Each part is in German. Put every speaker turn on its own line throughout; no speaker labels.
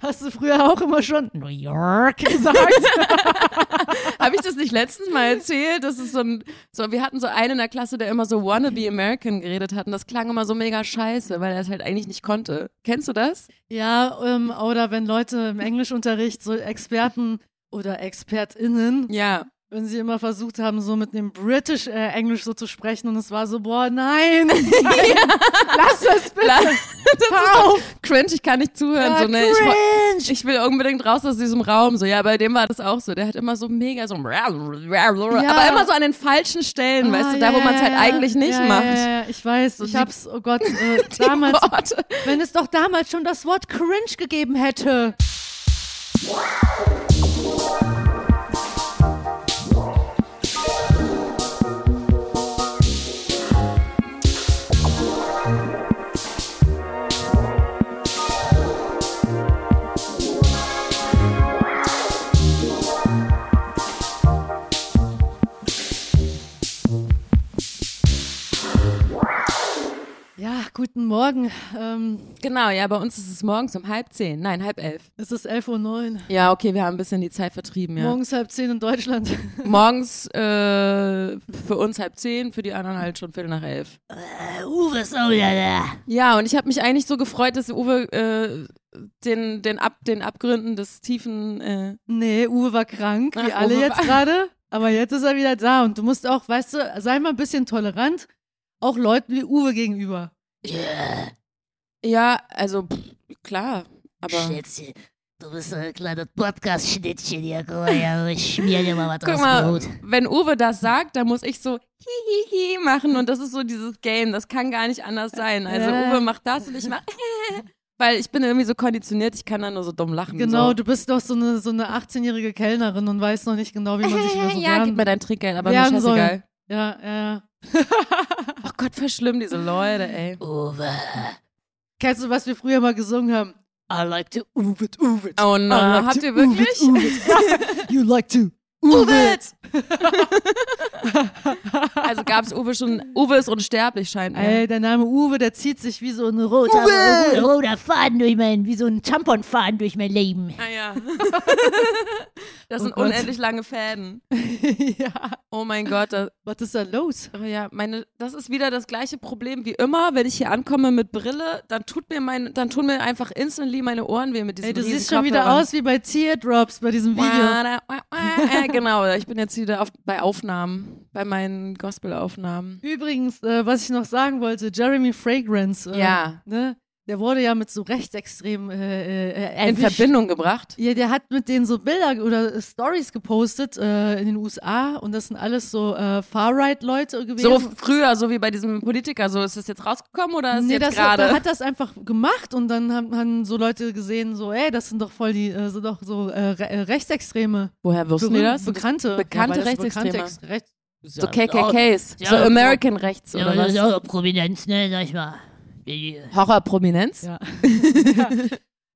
Hast du früher auch immer schon New York gesagt?
Habe ich das nicht letztens mal erzählt? Das ist so ein, so, wir hatten so einen in der Klasse, der immer so wannabe American geredet hat und das klang immer so mega scheiße, weil er es halt eigentlich nicht konnte. Kennst du das?
ja, ähm, oder wenn Leute im Englischunterricht so Experten oder ExpertInnen,
Ja.
wenn sie immer versucht haben, so mit dem British äh, Englisch so zu sprechen und es war so, boah, nein, lass das bitte,
Lass-
hör auf.
Cringe, ich kann nicht zuhören.
Ja,
so, ne, ich, wo-
cringe.
ich will unbedingt raus aus diesem Raum. So, ja, bei dem war das auch so. Der hat immer so mega so. Aber immer so an den falschen Stellen, weißt du, da
Ah,
wo
ja,
man es
ja,
halt
ja.
eigentlich nicht
ja,
macht.
Ja, ja, ja, ich weiß, ich
die-
hab's, oh Gott, äh,
Die
damals,
Worte.
wenn es doch damals schon das Wort cringe gegeben hätte. Ja, guten Morgen. Ähm,
Genau, ja, bei uns ist es morgens um halb zehn. Nein, halb elf.
es ist 11.09 Uhr.
Ja, okay, wir haben ein bisschen die Zeit vertrieben, ja.
Morgens halb zehn in Deutschland.
Morgens äh, für uns halb zehn, für die anderen halt schon Viertel nach elf.
Uh,
Uwe ist auch wieder da.
Ja, und ich habe mich eigentlich so gefreut, dass Uwe äh, den, den, Ab, den Abgründen des tiefen. Äh,
Nee, Uwe war krank, wie
Ach,
alle
Uwe
jetzt
war-
gerade. Aber jetzt ist er wieder da und du musst auch, weißt du, sei mal ein bisschen tolerant, auch Leuten wie Uwe gegenüber.
Äh,
ja, also pff, klar. Aber
Schätzchen, du bist so ein kleiner Podcast-Schnittchen hier. Guck mal, ja, ich schmier dir mal was
guck
aufs
mal,
Brot.
wenn Uwe das sagt, dann muss ich so hihihi machen und das ist so dieses Game. Das kann gar nicht anders sein. Also
Ja.
Uwe macht das und ich mach. Weil ich bin irgendwie so konditioniert, ich kann da nur so dumm lachen.
Genau,
Mhm. so.
du bist doch so eine, so eine 18-jährige Kellnerin und weißt noch nicht genau, wie man sich über so
ja, gib
wehren
mir dein Trinkgeld, aber mir
werden
scheißegal.
Ja, ja, ja.
Oh Gott, verschlimm diese Leute, ey.
Uwe,
Kennst du, was wir früher mal gesungen haben?
I like to Uwe, Uwe.
Oh no,
I like
habt
to
ihr
move
wirklich?
it, move it. you like to move it.
Also gab's Uwe schon. Uwe ist unsterblich, scheint mir.
Ey, der Name Uwe, der zieht sich wie so ein roter.
Uwe! Roter Faden durch mein, wie so ein Tamponfaden durch mein Leben.
Ah ja. Das
Oh
sind
Gott.
unendlich lange Fäden.
ja.
Oh mein Gott, das,
Was ist da los?
oh ja, meine, das ist wieder das gleiche Problem wie immer, wenn ich hier ankomme mit Brille, dann tut mir mein, dann tun mir einfach instantly meine Ohren weh mit diesem
Ey, du
riesen
siehst schon wieder
Kopfhörern.
aus wie bei Teardrops bei diesem Video.
Wada, wa- wa- äh, Genau, ich bin jetzt wieder auf, bei Aufnahmen, bei meinen Gospel-Aufnahmen.
Übrigens, äh, was ich noch sagen wollte, Jeremy Fragrance. Äh,
Ja.
Ne, der wurde ja mit so rechtsextrem äh, äh,
In
erwischt.
Verbindung gebracht.
Ja, der hat mit denen so Bilder oder äh, Stories gepostet äh, in den USA und das sind alles so äh, Far-Right-Leute gewesen.
So früher, so wie bei diesem Politiker, so ist das jetzt rausgekommen oder ist
nee,
jetzt
das hat, der
gerade?
hat das einfach gemacht und dann haben, haben so Leute gesehen, so, ey, das sind doch voll die, äh, sind doch so äh, Re äh, Rechtsextreme.
Woher wussten die
Berühm-
das?
Bekannte.
Bekannte
ja, weil das
Rechtsextreme.
Bekannte Ex- Rechts
So KKKs,
Ja,
so
ja.
American Rechts
Ja,
oder
das ist
was?
auch eine Prominenz, ne, sag ich mal. Die-
Horrorprominenz?
Ja.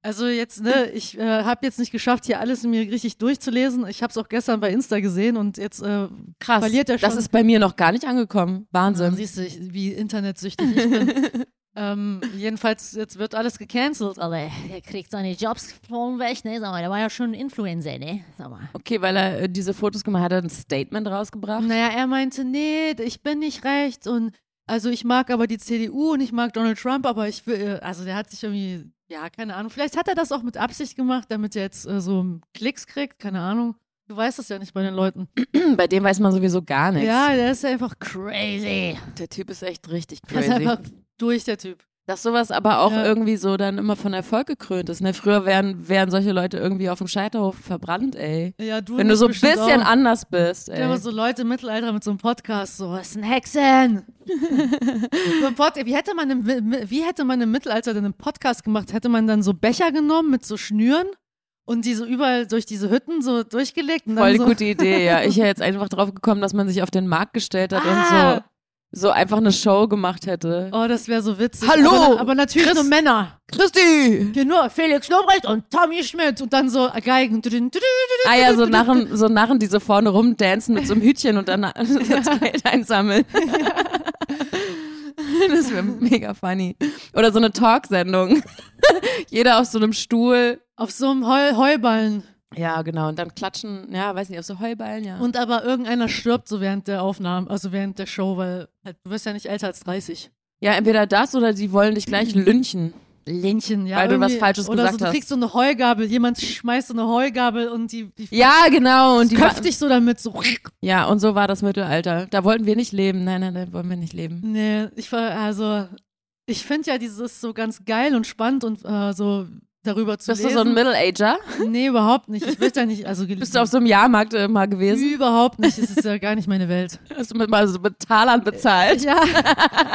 also jetzt, ne, ich äh, habe jetzt nicht geschafft, hier alles mir richtig durchzulesen. Ich habe es auch gestern bei Insta gesehen und jetzt äh,
Krass.
verliert er schon.
Das ist bei mir noch gar nicht angekommen.
Dann
Wahnsinn.
siehst du, ich- wie internetsüchtig ich bin. ähm, jedenfalls, jetzt wird alles gecancelt.
Aber der kriegt seine Jobs von weg, ne, sag mal, der war ja schon ein Influencer, ne, sag mal.
Okay, weil er äh, diese Fotos gemacht hat, hat er ein Statement rausgebracht.
Naja, er meinte, nee, ich bin nicht rechts und also ich mag aber die CDU und ich mag Donald Trump, aber ich will, äh, also der hat sich irgendwie, ja, keine Ahnung, vielleicht hat er das auch mit Absicht gemacht, damit er jetzt äh, so Klicks kriegt, keine Ahnung. Du weißt das ja nicht bei den Leuten.
Bei dem weiß man sowieso gar nichts.
Ja, der ist ja einfach crazy.
Crazy.
Der Typ ist echt richtig
Der ist
crazy.
einfach durch, der Typ.
Dass sowas aber auch
Ja.
irgendwie so dann immer von Erfolg gekrönt ist. Ne? Früher wären, wären solche Leute irgendwie auf dem Scheiterhof verbrannt, ey.
Ja, du
Wenn du so ein
bestimmt
bisschen
auch.
anders bist,
Ja, aber
ey.
so Leute im Mittelalter mit so einem Podcast, so, was sind Hexen? so ein Pod wie, hätte man im, Mi- wie hätte man im Mittelalter denn einen Podcast gemacht? Hätte man dann so Becher genommen mit so Schnüren und die so überall durch diese Hütten so durchgelegt? Und
Voll die
dann so,
gute Idee, ja. Ich wäre jetzt einfach drauf gekommen, dass man sich auf den Markt gestellt hat
Ah.
und so, so einfach eine Show gemacht hätte.
Oh, das wäre so witzig.
Hallo!
Aber, na- aber natürlich
Chris-
nur Männer.
Christi!
Hier nur Felix Lobrecht und Tommy Schmidt und dann so Geigen.
Ah ja, so Narren, so Narren, die so vorne rumdancen mit so einem Hütchen und dann das Geld einsammeln. Das wäre mega funny. Oder so eine Talksendung. Jeder auf so einem Stuhl.
Auf so einem Heu Heuballen.
Ja, genau. Und dann klatschen, ja, weiß nicht, auf so Heuballen, ja.
Und aber irgendeiner stirbt so während der Aufnahmen, also während der Show, weil halt, du wirst ja nicht älter als 30.
ja, entweder das oder die wollen dich gleich lynchen.
Ländchen, ja.
Weil du was
irgendwie-
Falsches
oder
gesagt
so, du
hast.
kriegst so eine Heugabel, jemand schmeißt so eine Heugabel und die, die
Ja, genau. Und die
köpft dich so damit, so.
Ja, und so war das Mittelalter. Da wollten wir nicht leben. Nein, nein, da wollen wir nicht leben.
Nee, ich war, also, ich finde ja dieses so ganz geil und spannend und äh, so darüber zu
Bist du
lesen.
so ein Middle-Ager?
nee, überhaupt nicht. Ich will da nicht, also gel-
Bist du auf so einem Jahrmarkt äh, mal gewesen?
Überhaupt nicht, es ist ja gar nicht meine Welt.
Hast du mit mal so mit Talern bezahlt?
Mhm. Ja,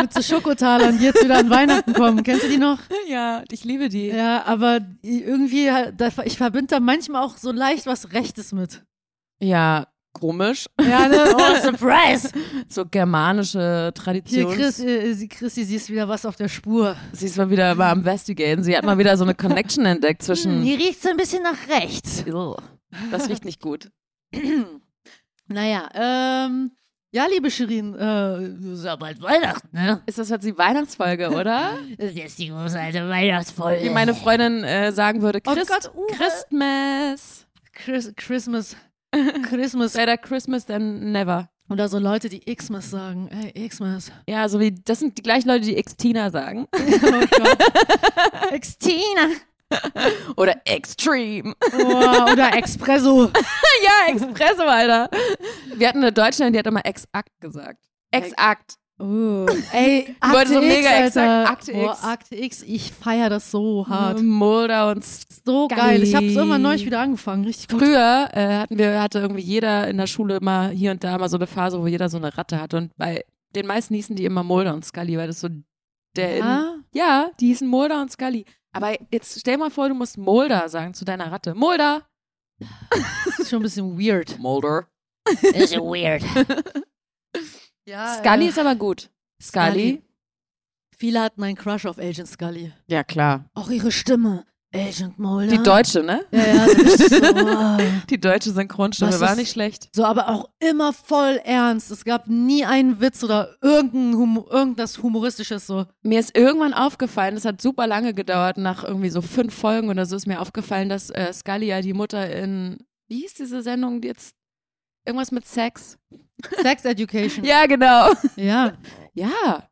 mit so Schokotalern, die jetzt wieder an Weihnachten kommen. Kennst du die noch?
Ja, ich liebe die.
Ja, aber irgendwie, halt- da- ich verbinde da manchmal auch so leicht was Rechtes mit.
Ja, komisch.
Ja, ne? Oh, surprise!
So
Hier,
germanische Tradition.
Chris, äh, sie- Chris, sie ist wieder was auf der Spur.
Sie ist mal wieder mal am Investigaten. Sie hat mal wieder so eine Connection entdeckt
Mhm.
zwischen.
Hier riecht so ein bisschen nach rechts.
Das riecht nicht gut.
Naja, ähm, ja, liebe Shirin, äh,
Ist ja bald Weihnachten, ne?
Ist das jetzt die Weihnachtsfolge, oder?
Das ist jetzt die große alte Weihnachtsfolge.
Wie meine Freundin äh, sagen würde,
Oh
Christ
Gott, Uwe.
Christmas.
Chris, Christmas, Christmas
Better Christmas than never.
oder so Leute, die Xmas sagen, ey, Xmas.
Ja, so wie, das sind die gleichen Leute, die Extina sagen.
Oh Gott.
Xtina.
Oder Extreme.
Oh, oder Espresso.
ja, Expresso, Alter. Wir hatten eine Deutschland, die hat immer Ex-Akt gesagt. Ex-Akt.
Oh. Ey, Akte
wolltest so
X,
mega exakt
Alter.
Akte
Boah,
X.
Akte X, ich feier das so hart.
Ähm, Mulder und S-
So
Geil.
geil. Ich hab's irgendwann neulich wieder angefangen, richtig gut.
Früher äh, hatten wir, hatte irgendwie jeder in der Schule immer hier und da mal so eine Phase, wo jeder so eine Ratte hatte. Und bei den meisten hießen die immer Mulder und Scully, weil das so der.
Ja?
ja die hießen Mulder und Scully. Aber jetzt stell mal vor, du musst Mulder sagen zu deiner Ratte. Mulder!
Das ist schon ein bisschen weird.
Mulder.
Ist ja weird.
Ja,
Scully ist aber gut. Scully.
Viele hatten einen Crush auf Agent Scully.
Ja, klar.
Auch ihre Stimme. Agent Mulder.
Die Deutsche, ne?
Ja, ja, so richtig so, wow.
Die deutsche Synchronstimme
Was
war
ist-
nicht schlecht.
so, aber auch immer voll ernst. Es gab nie einen Witz oder irgendein Hum irgendwas Humoristisches so.
Mir ist irgendwann aufgefallen, das hat super lange gedauert, nach irgendwie so fünf Folgen oder so ist mir aufgefallen, dass äh, Scully ja die Mutter in, wie hieß diese Sendung jetzt? Irgendwas mit Sex.
Sex Education.
Ja, genau.
ja.
Ja.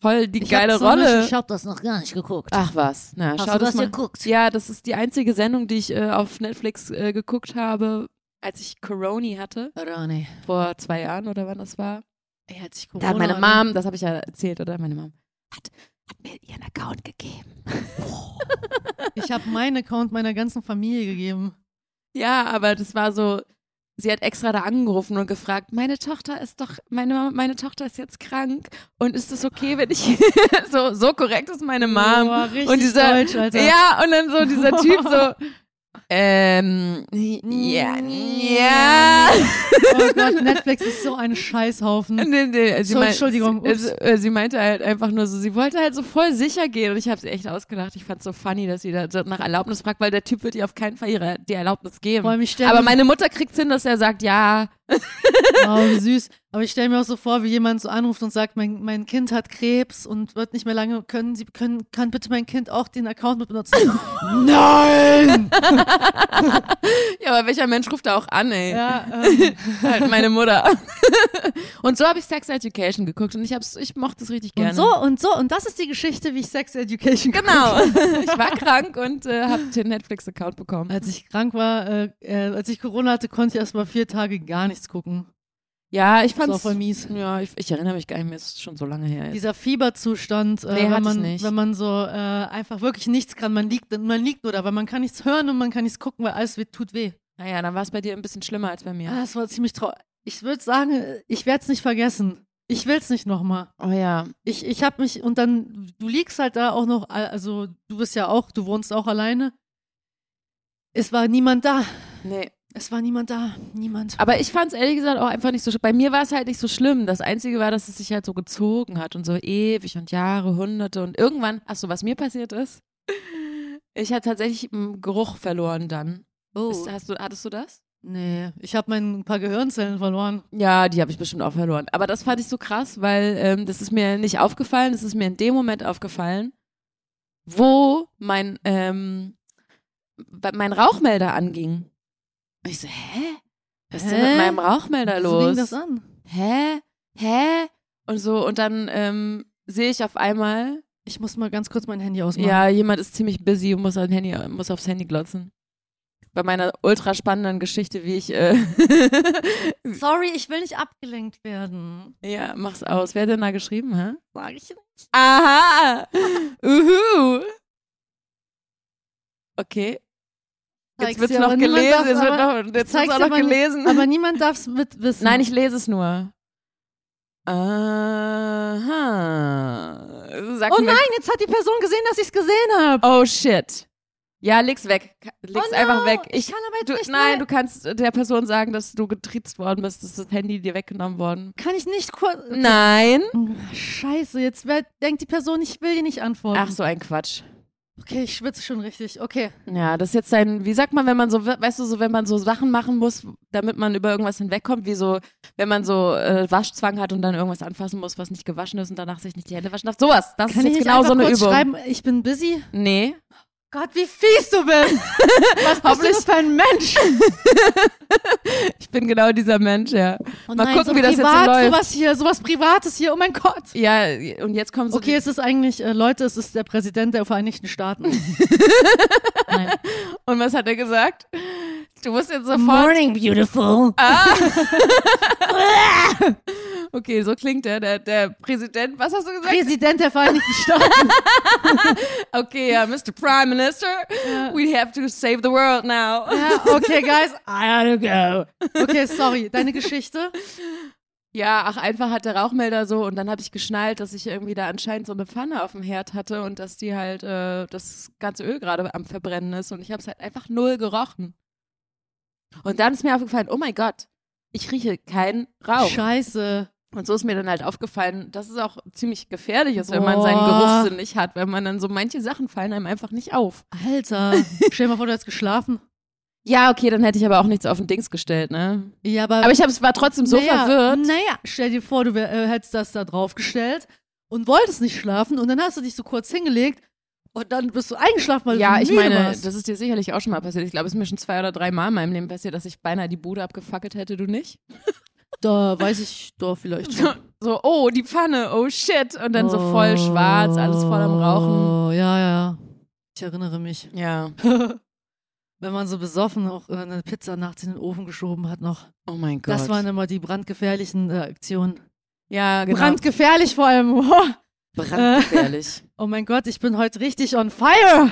Voll die
Ich
geile
hab so
Rolle.
Ich hab das noch gar nicht geguckt.
Ach was. Na,
Hast
Ah, schau
du
das
das
mal.
geguckt?
Ja, das ist die einzige Sendung, die ich äh, auf Netflix äh, geguckt habe, als ich Corona hatte,
Ronny.
vor zwei Jahren oder wann das war.
Ey, hat sich
Da
Corona
hat meine
an-
Mom, das habe ich ja erzählt, oder? Meine Mom hat, hat mir ihren Account gegeben.
Ich habe meinen Account meiner ganzen Familie gegeben.
Ja, aber das war so, sie hat extra da angerufen und gefragt, meine Tochter ist doch, meine, Mama, meine Tochter ist jetzt krank und ist es okay, wenn ich, so, so korrekt ist meine Mom.
Boah, Oh, richtig
und dieser,
deutsch, Alter.
ja, und dann so dieser Typ so, ähm, ja, ja.
Oh Gott, Netflix ist so ein Scheißhaufen.
Nee, nee, sie
So,
meint-
Entschuldigung,
Sie,
ups.
es- äh, sie meinte halt einfach nur so, sie wollte halt so voll sicher gehen und ich habe sie echt ausgelacht. Ich fand's so funny, dass sie da so nach Erlaubnis fragt, weil der Typ wird ihr auf keinen Fall ihre, die Erlaubnis geben.
Vor allem, ich stell
Aber
mich-
meine Mutter kriegt's hin, dass er sagt, ja,
Oh, wie süß. Aber ich stelle mir auch so vor, wie jemand so anruft und sagt, mein, mein Kind hat Krebs und wird nicht mehr lange, können Sie, können, kann bitte mein Kind auch den Account mit benutzen? Nein!
ja, aber welcher Mensch ruft da auch an, ey?
ja, ähm,
Halt meine Mutter. und so habe ich Sex Education geguckt und ich hab's, ich mochte es richtig gerne.
und so und so. Und das ist die Geschichte, wie ich Sex Education
Genau. ich war krank und äh, habe den Netflix-Account bekommen.
Als ich krank war, äh, äh, als ich Corona hatte, konnte ich erst mal vier Tage gar nichts gucken.
Ja, ich
Das war
fand's.
voll mies.
Ja, ich, ich erinnere mich gar nicht mehr, es ist schon so lange her. Jetzt.
Dieser Fieberzustand, äh,
Nee, hatte
wenn,
ich
man,
nicht.
wenn man so äh, einfach wirklich nichts kann, man liegt, man liegt nur da, weil man kann nichts hören und man kann nichts gucken, weil alles wird, tut weh.
Naja, dann war es bei dir ein bisschen schlimmer als bei mir.
Ah, das war ziemlich traurig. Ich würde sagen, ich werde es nicht vergessen. Ich will es nicht nochmal.
Oh ja.
Ich, ich habe mich, und dann, du liegst halt da auch noch, al- also du bist ja auch, du wohnst auch alleine. Es war niemand da.
Nee.
Es war niemand da. Niemand.
Aber ich fand es ehrlich gesagt auch einfach nicht so schlimm. Bei mir war es halt nicht so schlimm. Das Einzige war, dass es sich halt so gezogen hat und so ewig und Jahre, Hunderte und irgendwann, ach so, was mir passiert ist, ich hatte tatsächlich einen Geruch verloren dann.
Oh.
Ist, hast du, hattest du das?
Nee, ich habe mein paar Gehirnzellen verloren.
Ja, die habe ich bestimmt auch verloren. Aber das fand ich so krass, weil ähm, das ist mir nicht aufgefallen, das ist mir in dem Moment aufgefallen, wo mein, ähm, bei- mein Rauchmelder anging. Und ich so, hä? Was ist denn
Hä?
mit meinem Rauchmelder
So ging
los?
das an.
Hä? Hä? Und so, und dann ähm, sehe ich auf einmal,
Ich muss mal ganz kurz mein Handy ausmachen.
ja, jemand ist ziemlich busy und muss, auf Handy, muss aufs Handy glotzen. Bei meiner ultra spannenden Geschichte, wie ich äh,
Sorry, ich will nicht abgelenkt werden.
Ja, mach's aus. Wer hat denn da geschrieben, hä?
Sag ich nicht.
Aha! Uhu! Okay. Jetzt
Zeig's
wird's
dir,
noch
aber niemand
gelesen.
darf's
Jetzt wird
aber-
noch, jetzt
zeig's
wird's auch noch
aber nie-
gelesen.
Aber niemand darf es wissen.
Nein, ich lese es nur. Aha. Sag
Oh
mir-
nein, jetzt hat die Person gesehen, dass ich es gesehen habe.
Oh shit. Ja, leg's weg. Ka- Leg's
oh no,
einfach weg.
Ich,
Ich,
kann aber jetzt
du,
nicht
nein,
mehr.
du kannst der Person sagen, dass du getriezt worden bist, dass das Handy dir weggenommen worden.
Kann ich nicht kurz.
Nein.
Scheiße, jetzt wer, denkt die Person, ich will dir nicht antworten.
Ach, so ein Quatsch.
Okay, ich schwitze schon richtig. Okay.
Ja, das ist jetzt ein, wie sagt man, wenn man so, we- weißt du, so, wenn man so Sachen machen muss, damit man über irgendwas hinwegkommt, wie so, wenn man so äh, Waschzwang hat und dann irgendwas anfassen muss, was nicht gewaschen ist und danach sich nicht die Hände waschen darf. Sowas, das
Kann
ist
ich
jetzt
nicht
genau
einfach
so eine
kurz
Übung.
schreiben, ich bin busy?
Nee.
Gott, wie fies du bist! Was bist du
Hoffentlich-
denn für ein Mensch?
Ich bin genau dieser Mensch, ja.
Oh
Mal
nein,
gucken,
so
wie das jetzt so
privat,
läuft.
Sowas hier, sowas Privates hier, oh mein Gott.
Ja, und jetzt kommen so
Okay, es ist eigentlich, äh, Leute, es ist der Präsident der Vereinigten Staaten. Nein.
die, und was hat er gesagt? Du musst jetzt sofort.
Morning, beautiful.
Ah. Okay, so klingt der, der, der Präsident. Was hast du gesagt?
Präsident der Vereinigten Staaten.
okay, ja, Mr. Prime Minister, we have to save the world now.
ja, okay, guys.
I gotta go.
Okay, sorry. Deine Geschichte?
Ja, ach, einfach hat der Rauchmelder so und dann habe ich geschnallt, dass ich irgendwie da anscheinend so eine Pfanne auf dem Herd hatte und dass die halt äh, das ganze Öl gerade am Verbrennen ist und ich habe es halt einfach null gerochen. Und dann ist mir aufgefallen, oh mein Gott, ich rieche keinen Rauch.
Scheiße.
Und so ist mir dann halt aufgefallen, dass es auch ziemlich gefährlich ist, wenn man seinen
Boah.
Geruchssinn nicht hat, weil man dann so manche Sachen fallen einem einfach nicht auf.
Alter. Stell dir mal vor, du hast geschlafen.
Ja, okay, dann hätte ich aber auch nichts auf den Dings gestellt, ne?
Ja, aber.
Aber ich hab's, war trotzdem so
naja,
verwirrt.
Naja, stell dir vor, du wär, äh, hättest das da draufgestellt und wolltest nicht schlafen und dann hast du dich so kurz hingelegt und dann bist du eingeschlafen, weil
Ja,
du
ich
müde
meine,
warst.
das ist dir sicherlich auch schon mal passiert. Ich glaube, es ist mir schon zwei oder drei Mal in meinem Leben passiert, dass ich beinahe die Bude abgefackelt hätte, du nicht?
Da weiß ich doch vielleicht
So,
schon.
so oh, die Pfanne, oh shit. Und dann so voll schwarz, alles voll am Rauchen.
Oh, ja, ja. Ich erinnere mich.
Ja.
Wenn man so besoffen auch eine Pizza nachts in den Ofen geschoben hat noch.
Oh mein Gott.
Das waren immer die brandgefährlichen äh, Aktionen.
ja, genau.
Brandgefährlich vor allem. Oh.
Brandgefährlich.
oh mein Gott, ich bin heute richtig on fire.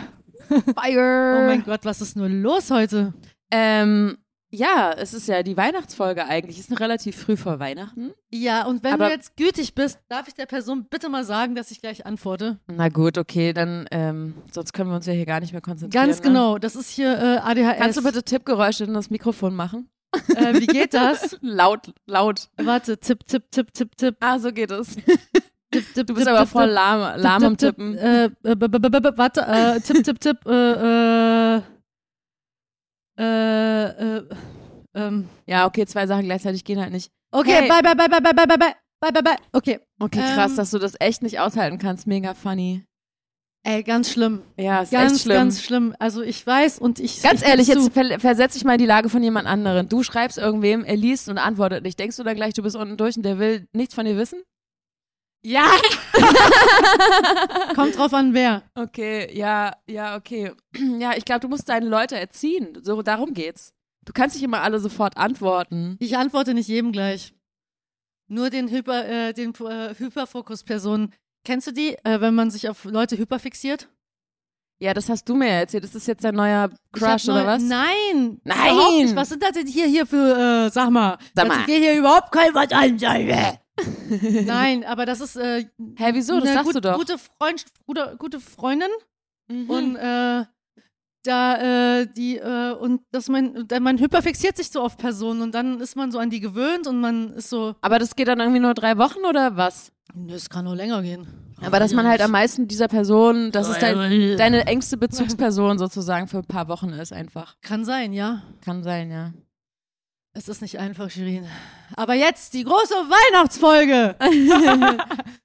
Fire.
Oh mein Gott, was ist nur los heute?
Ähm, ja, es ist ja die Weihnachtsfolge eigentlich. Ist noch relativ früh vor Weihnachten.
Ja, und wenn
Aber-
du jetzt gütig bist, darf ich der Person bitte mal sagen, dass ich gleich antworte?
Na gut, okay, dann, ähm, sonst können wir uns ja hier gar nicht mehr konzentrieren.
Ganz
ne?
genau, das ist hier äh, ADHS.
Kannst du bitte Tippgeräusche in das Mikrofon machen?
Äh, wie geht das?
laut, laut.
Warte, tipp, tipp, tipp, tipp, tipp.
Ah, so geht es.
tipp, tipp
Du bist
tipp,
aber
tipp,
voll
tipp,
lahm,
tipp,
lahm am
tipp,
Tippen.
Tipp, äh, äh, b- b- b- b- warte, äh, tipp, tipp, tipp, äh, äh, äh, äh, ähm.
Ja, okay, zwei Sachen gleichzeitig gehen halt nicht.
Okay,
Hey.
bye, bye, bye, bye, bye, bye, bye, bye, bye, bye, bye. Okay,
Okay, krass,
Ähm.
dass du das echt nicht aushalten kannst. Mega funny.
ey, ganz schlimm.
Ja, ist
Ganz,
echt schlimm.
ganz schlimm. Also ich weiß und ich.
Ganz
ich
ehrlich,
gib's
jetzt
zu.
ver versetz dich mal in die Lage von jemand anderen. Du schreibst irgendwem, er liest und antwortet nicht. Denkst du dann gleich, du bist unten durch und der will nichts von dir wissen?
Ja! Kommt drauf an, wer.
Okay, ja, ja, okay. Ja, ich glaube, du musst deine Leute erziehen. So, darum geht's. Du kannst nicht immer alle sofort antworten.
Ich antworte nicht jedem gleich. Nur den Hyper, äh, den äh, Hyperfokus-Personen. Kennst du die, äh, wenn man sich auf Leute hyperfixiert?
Ja, das hast du mir erzählt. Das ist jetzt dein neuer
Ich hab
Crush oder
neu-
was?
Nein!
Nein!
Überhaupt nicht. Was sind das denn hier, hier für, äh, sag mal.
Sag mal.
Also, Ich gehe hier überhaupt kein was an.
Alter.
Nein, aber das ist, äh,
Hä, wieso? Das
eine
sagst
gut,
du doch.
Gute, Freund, gute, gute Freundin
Mhm.
und, äh, da, äh, die, äh, und dass man, da- man hyperfixiert sich so auf Personen und dann ist man so an die gewöhnt und man ist so,
Aber das geht dann irgendwie nur drei Wochen oder was?
"Nö, es kann nur länger gehen.
Aber dass man halt am meisten dieser Person,
Oh,
dass es dein,
dein
deine engste Bezugsperson sozusagen für ein paar Wochen ist einfach.
Kann sein, ja.
Kann sein, ja.
Es ist nicht einfach, Shirin. Aber jetzt die große Weihnachtsfolge.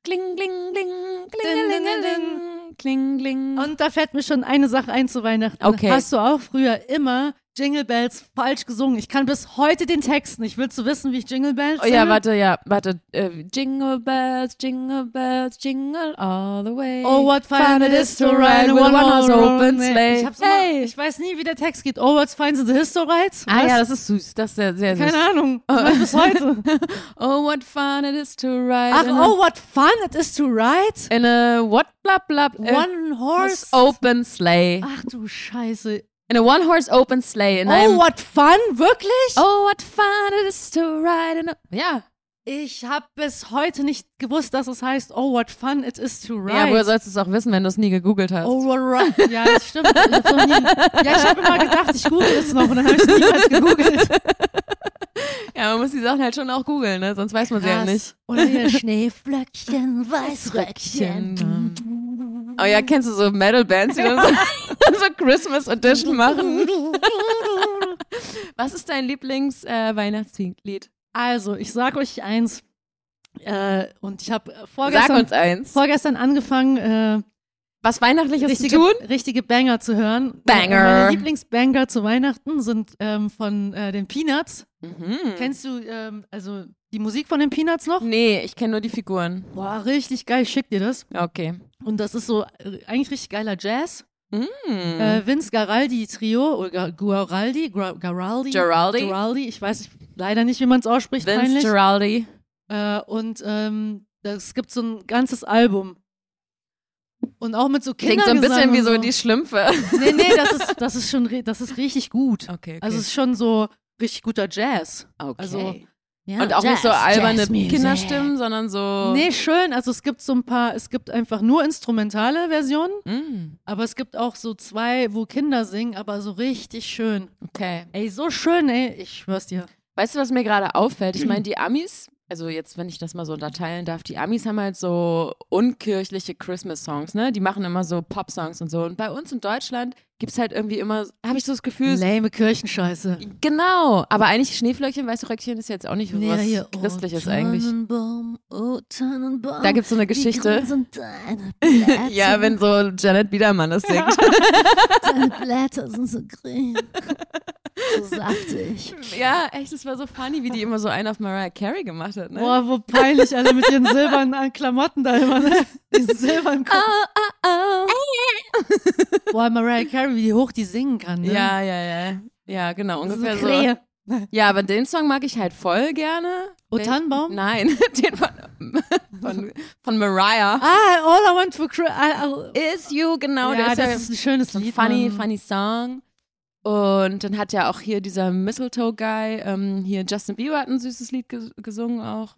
Kling, kling, kling, klingelingeling, kling, kling.
Und da fällt mir schon eine Sache ein zu Weihnachten.
Okay.
Hast du auch früher immer Jingle Bells falsch gesungen? Ich kann bis heute den Text nicht. Willst du wissen, wie ich Jingle Bells
Oh ja,
singe?
warte, ja, warte. Äh, jingle bells, jingle bells, jingle all the way.
Oh, what fun it is to ride with one horse open sleigh. Ich, hab's immer,
Hey.
ich weiß nie, wie der Text geht. Oh, what fun is the history rides?
Ah ja, das ist süß. Das ist sehr, sehr süß.
Keine Ahnung. Ich weiß bis heute.
Oh, what fun it is to ride
Ach,
in,
oh, what fun it is to ride?
a, in a what blah blah in a
One horse.
open sleigh.
Ach du Scheiße.
In a one horse open sleigh. In
Oh,
einem,
what fun? Wirklich?
oh, what fun it is to ride in a Ja.
Ich habe bis heute nicht gewusst, dass es heißt, oh, what fun it is to ride.
Ja, woher sollst du es auch wissen, wenn du es nie gegoogelt hast?
Oh, what ride. Ja, das stimmt. Ich hab's noch nie, ja, ich habe immer gedacht, ich google es noch und dann habe ich es niemals gegoogelt.
Ja, man muss die Sachen halt schon auch googeln, ne? Sonst weiß man sie ja
Krass.
nicht.
Oder hier
Schneeflöckchen, Weißröckchen.
Oh ja, kennst du so Metal-Bands, die dann so, so Christmas Edition machen? Was ist dein äh, Lieblings-Weihnachtslied?
Also, ich sag euch eins. Äh, und ich habe
Sag
vorgestern,
uns eins.
vorgestern angefangen, äh,
Was Weihnachtliches
richtige,
zu tun?
richtige Banger zu hören.
Banger.
Und Meine Lieblingsbanger zu Weihnachten sind ähm, von äh, den Peanuts.
Mhm.
Kennst du ähm, also die Musik von den Peanuts noch?
Nee, ich kenne nur die Figuren.
Boah, richtig geil, schick dir das.
Okay.
Und das ist so äh, eigentlich richtig geiler Jazz.
Mhm.
Äh, Vince Garaldi Trio oder Ga- Guaraldi, Gra- Garaldi,
Geraldi?
Geraldi, ich weiß nicht, leider nicht, wie man es ausspricht,
Vince
peinlich.
Giraldi.
Äh, und ähm, es gibt so ein ganzes Album. Und auch mit so
Klingt so
Kindern.
ein bisschen wie so die Schlümpfe.
Nee, nee, das ist, das ist schon, ri- das ist richtig gut.
Okay, okay.
Also es ist schon so richtig guter Jazz.
okay.
also-
Und auch nicht so
Jazz,
alberne
Jazzmusik.
Kinderstimmen, sondern so.
Nee, schön. Also es gibt so ein paar, es gibt einfach nur instrumentale Versionen,
Mhm.
aber es gibt auch so zwei, wo Kinder singen, aber so richtig schön.
Okay.
Ey, so schön, ey. Ich schwör's dir.
Weißt du, was mir gerade auffällt? Ich meine, die Amis, also jetzt, wenn ich das mal so unterteilen darf, die Amis haben halt so unkirchliche Christmas-Songs, ne? Die machen immer so Pop-Songs und so. Und bei uns in Deutschland gibt's halt irgendwie immer, habe ich so das Gefühl,
Lame Kirchenscheiße.
genau. Aber eigentlich Schneeflöckchen, weiße Röckchen ist jetzt auch nicht
Nee,
was
hier, oh,
Christliches
Oh,
eigentlich.
Tannenbaum, oh Tannenbaum.
Da gibt's so eine
wie grün
Geschichte.
sind deine Blätter?
Ja, wenn so Janet Biedermann das singt.
Deine Blätter sind so grün. So saftig.
Ja, echt, es war so funny, wie die immer so einen auf Mariah Carey gemacht hat, ne?
Boah, wo peinlich alle mit ihren silbernen äh, Klamotten da immer, ne? Diesen silbernen Kopf.
oh.
Boah, Mariah Carey, wie hoch die singen kann, ne?
Ja, ja, ja. Ja, genau,
Das ist eine
ungefähr so.
Krähe.
Ja, aber den Song mag ich halt voll gerne.
Oh,
Den-
Tannenbaum?
Nein, den von, von, von Mariah.
Ah, all I want for Christmas.
Is You, genau. der
ja,
ist ja
das ist ein schönes
so ein
Lied.
funny,
Mann.
funny Song. Und dann hat ja auch hier dieser Mistletoe-Guy, ähm, hier Justin Bieber hat ein süßes Lied ges gesungen auch.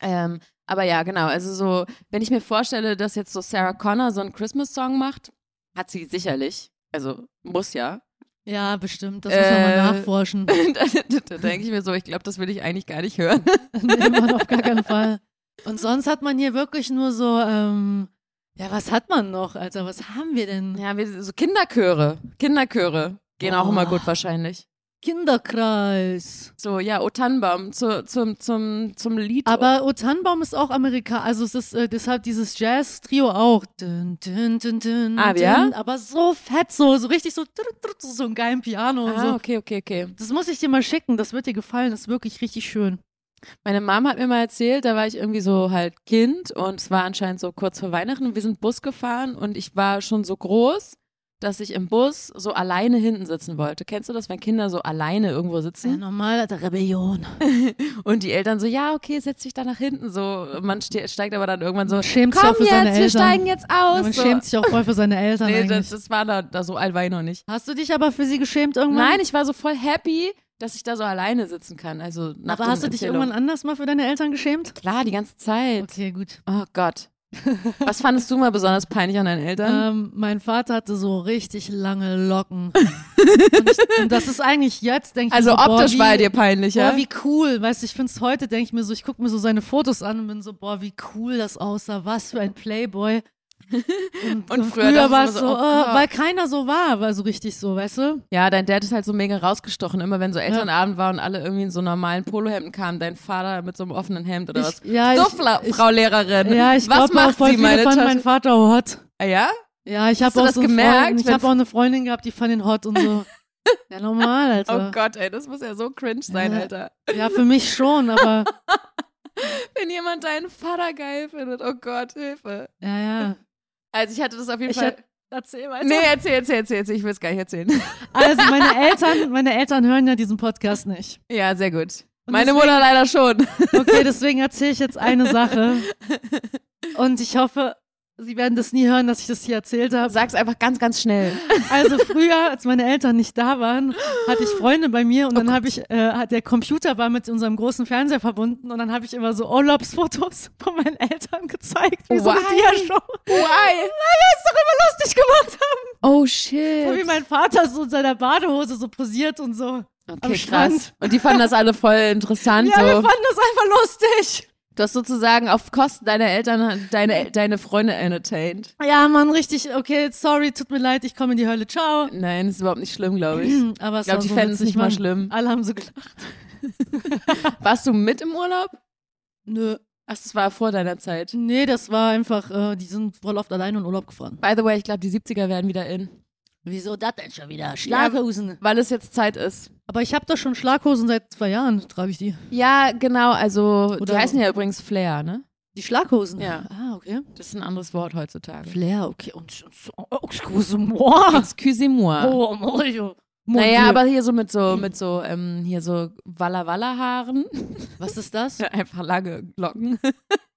Ähm, aber ja, genau, also so, wenn ich mir vorstelle, dass jetzt so Sarah Connor so einen Christmas-Song macht, hat sie sicherlich, also muss ja,
Ja, bestimmt. Das muss man mal
Äh,
nachforschen.
da, da, da denke ich mir so, ich glaube, das will ich eigentlich gar nicht hören.
nee, Mann, auf gar keinen Fall. Und sonst hat man hier wirklich nur so, ähm, ja, was hat man noch, Alter? Was haben wir denn?
Ja, wir, so Kinderchöre. Kinderchöre gehen auch
Oh.
immer gut wahrscheinlich.
Kinderkreis.
So, ja, O Tannenbaum zu, zum, zum, zum Lied.
Aber O Tannenbaum ist auch Amerika. Also es ist äh, deshalb dieses Jazz-Trio auch. Dün, dün, dün, dün,
Ah,
dün,
ja?
Aber so fett, so, so richtig so, trut, trut, so ein geilen Piano und
ah,
so.
okay, okay, okay.
Das muss ich dir mal schicken, das wird dir gefallen, das ist wirklich richtig schön.
Meine Mama hat mir mal erzählt, da war ich irgendwie so halt Kind und es war anscheinend so kurz vor Weihnachten und wir sind Bus gefahren und ich war schon so groß, dass ich im Bus so alleine hinten sitzen wollte. Kennst du das, wenn Kinder so alleine irgendwo
Sehr
sitzen?
normal, Alter, Rebellion.
Und die Eltern so, ja, okay, setz dich da nach hinten. So, man ste steigt aber dann irgendwann so,
Man schämt sich
komm
auch für
jetzt,
seine
wir
Eltern.
steigen jetzt
Ja,
aus.
man
so.
schämt sich auch voll für seine Eltern
nee,
eigentlich.
das, das war da, da, so alt war ich noch nicht.
Hast du dich aber für sie geschämt irgendwann?
Nein, ich war so voll happy, dass ich da so alleine sitzen kann. Also nach
aber hast du
diesen
dich
Erzählungen.
irgendwann anders mal für deine Eltern geschämt?
Klar, die ganze Zeit.
Okay, gut.
Oh Gott. Was fandest du mal besonders peinlich an deinen Eltern?
Ähm, mein Vater hatte so richtig lange Locken. und, ich, und das ist eigentlich jetzt, denke ich
also
mir so,
optisch
boah, wie,
war er dir peinlich, ja?
Boah, wie cool. Weißt du, ich finde es heute, denke ich mir so, ich gucke mir so seine Fotos an und bin so, boah, wie cool das aussah. Was für ein Playboy. Und,
Und
und
früher
früher,
dachte
war
man
es
so,
so,
oh
äh,
Gott.
weil keiner so war, war so richtig so, weißt du?
Ja, dein Dad ist halt so mega rausgestochen. Immer wenn so Elternabend war und alle irgendwie in so normalen Polohemden kamen, dein Vater mit so einem offenen Hemd oder
Ich-
was.
ja,
so,
ich-
Fla-
ich-
Frau Lehrerin,
Ja, ich
was
glaube auch
macht
voll
sie,
viele
meine
fanden
Tasche?
meinen Vater hot.
Ah, ja?
Ja, ich habe
du
auch
das
so
gemerkt,
Freunde, ich
wenn-
habe auch eine Freundin gehabt, die fand ihn hot und so. Ja, normal,
Oh
Alter.
Gott, ey, das muss ja so cringe sein,
Ja.
Alter.
ja, für mich schon, aber
Wenn jemand deinen Vater geil findet, oh Gott, Hilfe.
ja, ja.
Also ich hatte das auf jeden
Ich
Fall.
hab- also- Erzähl mal.
Nee, erzähl, erzähl, erzähl, erzähl. Ich will es gar nicht erzählen.
Also meine Eltern, meine Eltern hören ja diesen Podcast nicht.
Ja, sehr gut.
Und
Meine
deswegen-
Mutter leider schon.
Okay, deswegen erzähle ich jetzt eine Sache. Und ich hoffe, sie werden das nie hören, dass ich das hier erzählt habe.
Sag's einfach ganz, ganz schnell.
Also früher, als meine Eltern nicht da waren, hatte ich Freunde bei mir und dann habe ich, äh, hat- der Computer war mit unserem großen Fernseher verbunden und dann habe ich immer so Urlaubsfotos von meinen Eltern gezeigt, wie so eine
Why?
Diashow.
Why?
Das doch immer lustig gemacht haben.
Oh
So wie
shit.
mein Vater so in seiner Badehose so posiert und so. am
Okay, krass.
Strand.
Und die fanden das alle voll interessant.
Ja, wir
so.
fanden das einfach lustig.
Du hast sozusagen auf Kosten deiner Eltern deine, deine Freunde entertained.
Ja, Mann, richtig, okay, sorry, tut mir leid, ich komme in die Hölle, ciao.
Nein, ist überhaupt nicht schlimm, glaube ich.
Hm, Aber es
glaub,
war
die
so
fänden's
witzig,
nicht mal
Mann.
schlimm.
Alle haben so gelacht.
Warst du mit im Urlaub?
Nö.
Ach, das war vor deiner Zeit.
Nee, das war einfach, äh, die sind voll oft allein in Urlaub gefahren.
By the way, ich glaube, die 70er werden wieder in.
Wieso das denn schon wieder? Schlager.
Schlaghosen.
Weil es jetzt Zeit ist.
Aber ich habe doch schon Schlaghosen seit zwei Jahren, trage ich die.
Ja, genau. Also, die
Oder-
heißen ja übrigens Flair, ne?
Die Schlaghosen?
Ja.
Ah, okay.
Das ist ein anderes Wort heutzutage.
Flair, okay. Und, und so, oh, excuse-moi.
Excusez-moi.
Oh, Mario. Mon
Ah. Naja,
Dieu.
aber hier so mit so, mit so, ähm, hier so Walla Walla Haaren.
Was ist das?
Einfach lange Locken.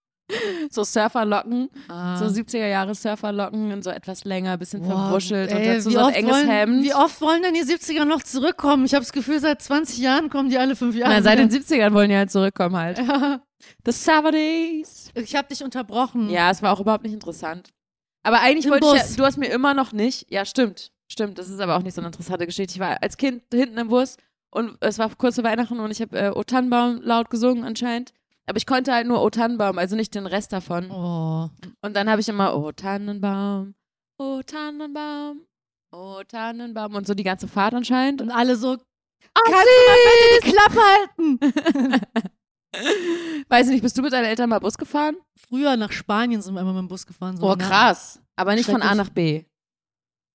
so Surferlocken.
Ah.
So 70er Jahre Surferlocken und so etwas länger, bisschen
Wow.
verwuschelt und
Ey,
dazu
wie
so ein
oft
enges
wollen,
Hemd.
Wie oft wollen denn die 70er noch zurückkommen? Ich habe das Gefühl, seit 20 Jahren kommen die alle fünf Jahre.
Na, seit den
wieder.
70ern wollen die halt zurückkommen halt. The Saturdays.
Ich habe dich unterbrochen.
Ja, es war auch überhaupt nicht interessant. Aber eigentlich
Mhm. Im
wollte ich ja,
Bus.
du hast mir immer noch nicht, ja stimmt, stimmt, das ist aber auch nicht so eine interessante Geschichte. Ich war als Kind hinten im Bus und es war kurz vor Weihnachten und ich habe äh, O Tannenbaum laut gesungen anscheinend. Aber ich konnte halt nur O Tannenbaum, also nicht den Rest davon.
Oh.
Und dann habe ich immer, oh Tannenbaum, oh Tannenbaum, oh Tannenbaum und so die ganze Fahrt anscheinend.
Und alle so,
Kannst
die Klappe halten.
du- Weiß nicht, bist du mit deinen Eltern mal Bus gefahren?
Früher nach Spanien sind wir immer mit dem Bus gefahren. So
Oh
nach-
krass, aber nicht von A
Schrecklich.
nach B.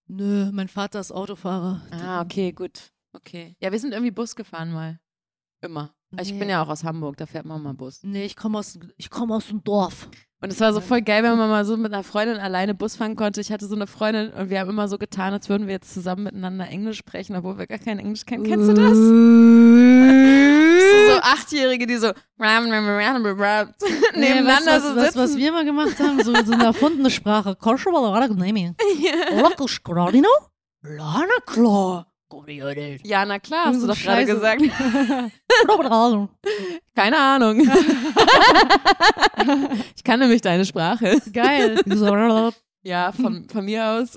Nö, mein Vater ist Autofahrer.
Ah, okay, gut. Okay. Ja, wir sind irgendwie Bus gefahren mal. Immer. Also ich bin
Nee.
ja auch aus Hamburg, da fährt man mal Bus.
Nee, ich komme aus, ich komm aus dem Dorf.
Und es war so voll geil, wenn man mal so mit einer Freundin alleine Bus fahren konnte. Ich hatte so eine Freundin und wir haben immer so getan, als würden wir jetzt zusammen miteinander Englisch sprechen, obwohl wir gar kein Englisch kennen. Kennst du das? So, so Achtjährige, die so nebeneinander
Nee, weißt du, was,
so
was, was
sitzen.
wir immer gemacht haben, so, so eine erfundene Sprache.
Lana Claw. Komm die Hütte.
Ja, na klar, hast du
Irgend
doch
so
gerade
Scheiße.
gesagt.
Geil,
Keine Ahnung. ich kann nämlich deine Sprache.
So,
Ja, von, von mir aus.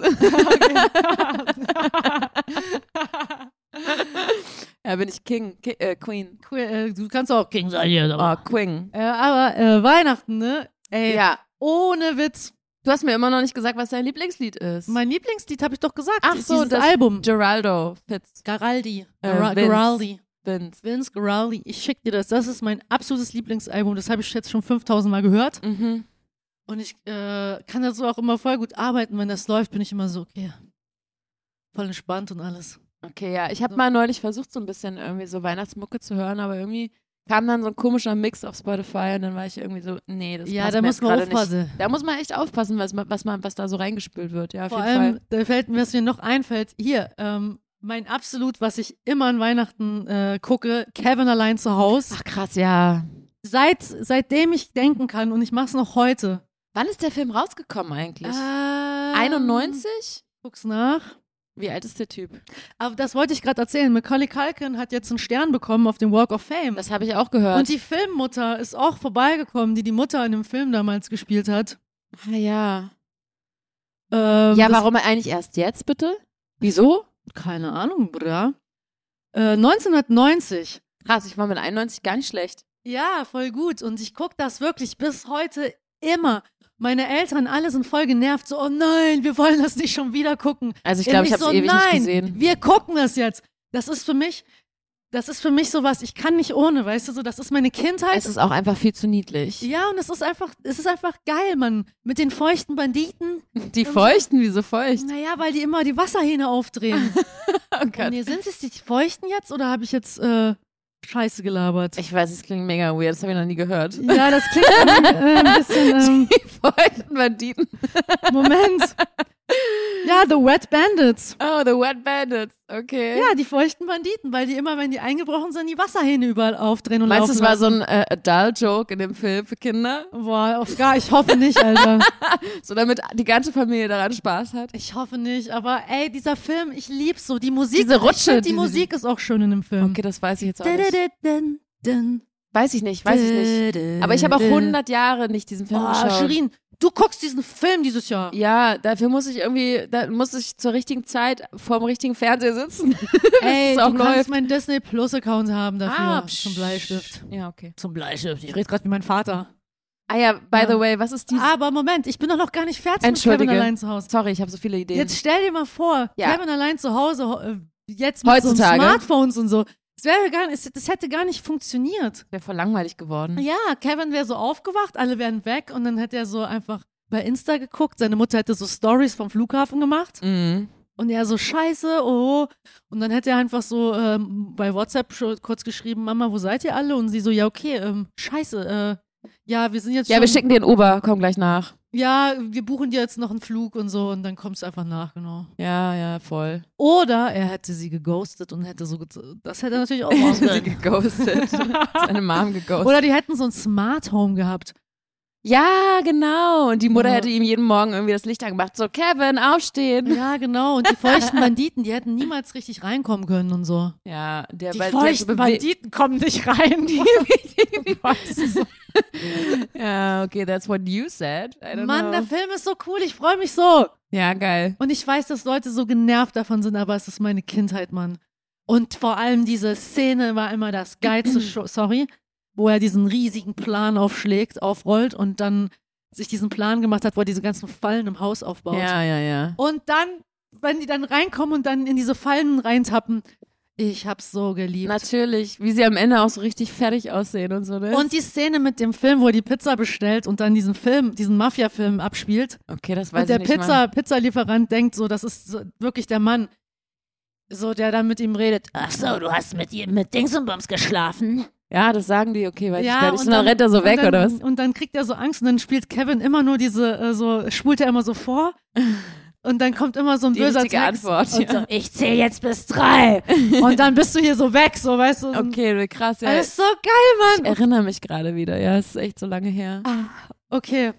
ja, bin ich King, Ki äh, Queen.
cool, äh, du kannst auch King sein.
hier,
Oh, Queen.
Äh, aber äh, Weihnachten, ne? Ey,
Ja.
ohne Witz.
Du hast mir immer noch nicht gesagt, was dein Lieblingslied ist.
Mein Lieblingslied habe ich doch gesagt.
Ach so,
dieses
das-
Album.
Geraldo Fitz.
Garaldi.
Äh,
Gara-
Vince.
Garaldi.
Vince.
Vince Guaraldi, ich schick dir das. Das ist mein absolutes Lieblingsalbum. Das habe ich jetzt schon 5000 Mal gehört.
Mhm.
Und ich äh, kann dazu auch immer voll gut arbeiten. Wenn das läuft, bin ich immer so, okay, voll entspannt und alles.
Okay, ja. Ich habe mal neulich versucht, so ein bisschen irgendwie so Weihnachtsmucke zu hören, aber irgendwie kam dann so ein komischer Mix auf Spotify und dann war ich irgendwie so, nee, das
ja,
passt
da
mir
muss
jetzt
man
gerade nicht.
aufpassen.
Da muss man echt aufpassen, was, man- was, man, was da so reingespült wird. Ja, auf
Vor
jeden
allem,
Fall.
da fällt mir, was mir noch einfällt, hier, ähm, mein absolut, was ich immer an Weihnachten äh, gucke, Kevin allein zu Hause.
Ach krass, ja.
Seit, seitdem ich denken kann und ich mache es noch heute.
Wann ist der Film rausgekommen eigentlich?
Ähm,
91?
Guck's nach.
Wie alt ist der Typ?
Aber das wollte ich gerade erzählen. Macaulay Culkin hat jetzt einen Stern bekommen auf dem Walk of Fame.
Das habe ich auch gehört.
Und die Filmmutter ist auch vorbeigekommen, die die Mutter in dem Film damals gespielt hat.
ah, ja.
Ähm,
Ja,
das-
warum eigentlich erst jetzt bitte? Wieso?
Keine Ahnung, Bruder. Äh, 1990.
Krass, ich war mit 91 gar nicht schlecht.
Ja, voll gut. Und ich gucke das wirklich bis heute immer. Meine Eltern alle sind voll genervt, so, oh nein, wir wollen das nicht schon wieder gucken.
Also ich glaube, ich habe es
so,
ewig
nein,
nicht gesehen.
Wir gucken das jetzt. Das ist für mich, das ist für mich sowas, ich kann nicht ohne, weißt du, so, das ist meine Kindheit.
Es ist auch einfach viel zu niedlich.
ja, und es ist einfach, es ist einfach geil, Mann. Mit den feuchten Banditen.
Die feuchten, wieso feucht?
Naja, weil die immer die Wasserhähne aufdrehen.
Oh
oh,
Gott.
nee, sind es die feuchten jetzt oder habe ich jetzt äh, Scheiße gelabert?
Ich weiß, es klingt mega weird, das habe ich noch nie gehört.
ja, das klingt äh, ein bisschen. Ähm,
Die feuchten Banditen.
Moment. Ja, The Wet Bandits.
Oh, the Wet Bandits. Okay.
Ja, die feuchten Banditen, weil die immer, wenn die eingebrochen sind, die Wasserhähne überall aufdrehen und
Meinst du,
laufen
es war so
lassen.
ein äh, Adult-Joke in dem Film für Kinder?
Boah, auf gar, ich hoffe nicht, Alter.
So damit die ganze Familie daran Spaß hat?
Ich hoffe nicht, aber ey, dieser Film, ich lieb's so. Die Musik,
Diese Rutsche,
ich find, die
diese-
Musik ist auch schön in dem Film.
Okay, das weiß ich jetzt auch nicht.
Weiß
Weiß ich nicht, weiß ich nicht. Aber ich habe auch 100 Jahre nicht diesen Film
Oh,
geschaut.
Shirin, du guckst diesen Film dieses Jahr.
Ja, dafür muss ich irgendwie, da muss ich zur richtigen Zeit vorm richtigen Fernseher sitzen.
Ey,
es
du
auch läuft.
kannst meinen Disney Plus Account haben dafür.
Ah, psch.
zum Bleistift.
Ja, okay.
Zum Bleistift. Ich rede gerade wie mein Vater.
Ah ja, Ah. by
Ja.
the way, was ist diese?
Ah, Aber Moment, ich bin doch noch gar nicht fertig mit Kevin
Entschuldige.
allein zu Hause.
Sorry, ich habe so viele Ideen.
Jetzt stell dir mal vor,
Ja.
Kevin allein zu Hause, ho- äh, jetzt mit so
Heutzutage.
Smartphones und so. Das, wäre gar nicht, das hätte gar nicht funktioniert.
wäre voll langweilig geworden.
Ja, Kevin wäre so aufgewacht, alle wären weg und dann hätte er so einfach bei Insta geguckt. Seine Mutter hätte so Stories vom Flughafen gemacht
Mhm.
und er so Scheiße, oh. Und dann hätte er einfach so ähm, bei WhatsApp schon kurz geschrieben, Mama, wo seid ihr alle? Und sie so, ja okay, ähm, Scheiße, äh, ja wir sind jetzt
Ja,
schon,
wir schicken dir einen Uber, komm gleich nach.
ja wir buchen dir jetzt noch einen Flug und so und dann kommst du einfach nach, genau.
Ja, ja, voll.
Oder er hätte sie geghostet und hätte so, gez- das hätte er natürlich auch machen
Sie
können.
geghostet. Seine Mom geghostet.
Oder die hätten so ein Smart Home gehabt.
ja, genau. Und die Mutter
Ja.
hätte ihm jeden Morgen irgendwie das Licht angemacht. So, Kevin, aufstehen.
Ja, genau. Und die feuchten Banditen, die hätten niemals richtig reinkommen können und so.
Ja, der
Die
weil- hat so
feuchten
bewe-
Banditen kommen nicht rein. Die,
Ja, okay, that's what you said. I don't
Mann, der
know.
Film ist so cool. Ich freue mich so.
Ja, geil.
Und ich weiß, dass Leute so genervt davon sind, aber es ist meine Kindheit, Mann. Und vor allem diese Szene war immer das geilste, Scho- sorry, wo er diesen riesigen Plan aufschlägt, aufrollt und dann sich diesen Plan gemacht hat, wo er diese ganzen Fallen im Haus aufbaut.
Ja, ja, ja.
Und dann, wenn die dann reinkommen und dann in diese Fallen reintappen, ich hab's so geliebt.
Natürlich, wie sie am Ende auch so richtig fertig aussehen und so, ne?
Und die Szene mit dem Film, wo er die Pizza bestellt und dann diesen Film, diesen Mafia-Film abspielt.
okay, das weiß
und der
ich nicht
Pizza, Pizzalieferant denkt so, das ist so, wirklich der Mann, so der dann mit ihm redet.
Ach so, du hast mit, ihr- mit Dings und Bums geschlafen.
Mal. Ja, das sagen die, okay, weiß ich
ja,
gar nicht. Und dann, rennt er so
und
weg,
dann,
oder was?
Und dann kriegt er so Angst und dann spielt Kevin immer nur diese, äh, so spult er immer so vor. Und dann kommt immer so ein
Die
böser
richtige
Text.
Antwort.
Und
Ja.
so, ich zähle jetzt bis drei.
Und dann bist du hier so weg, so weißt du.
Okay, krass, ja.
Das ist so geil,
ich
Mann.
erinnere mich gerade wieder, ja, es ist echt so lange her.
Okay.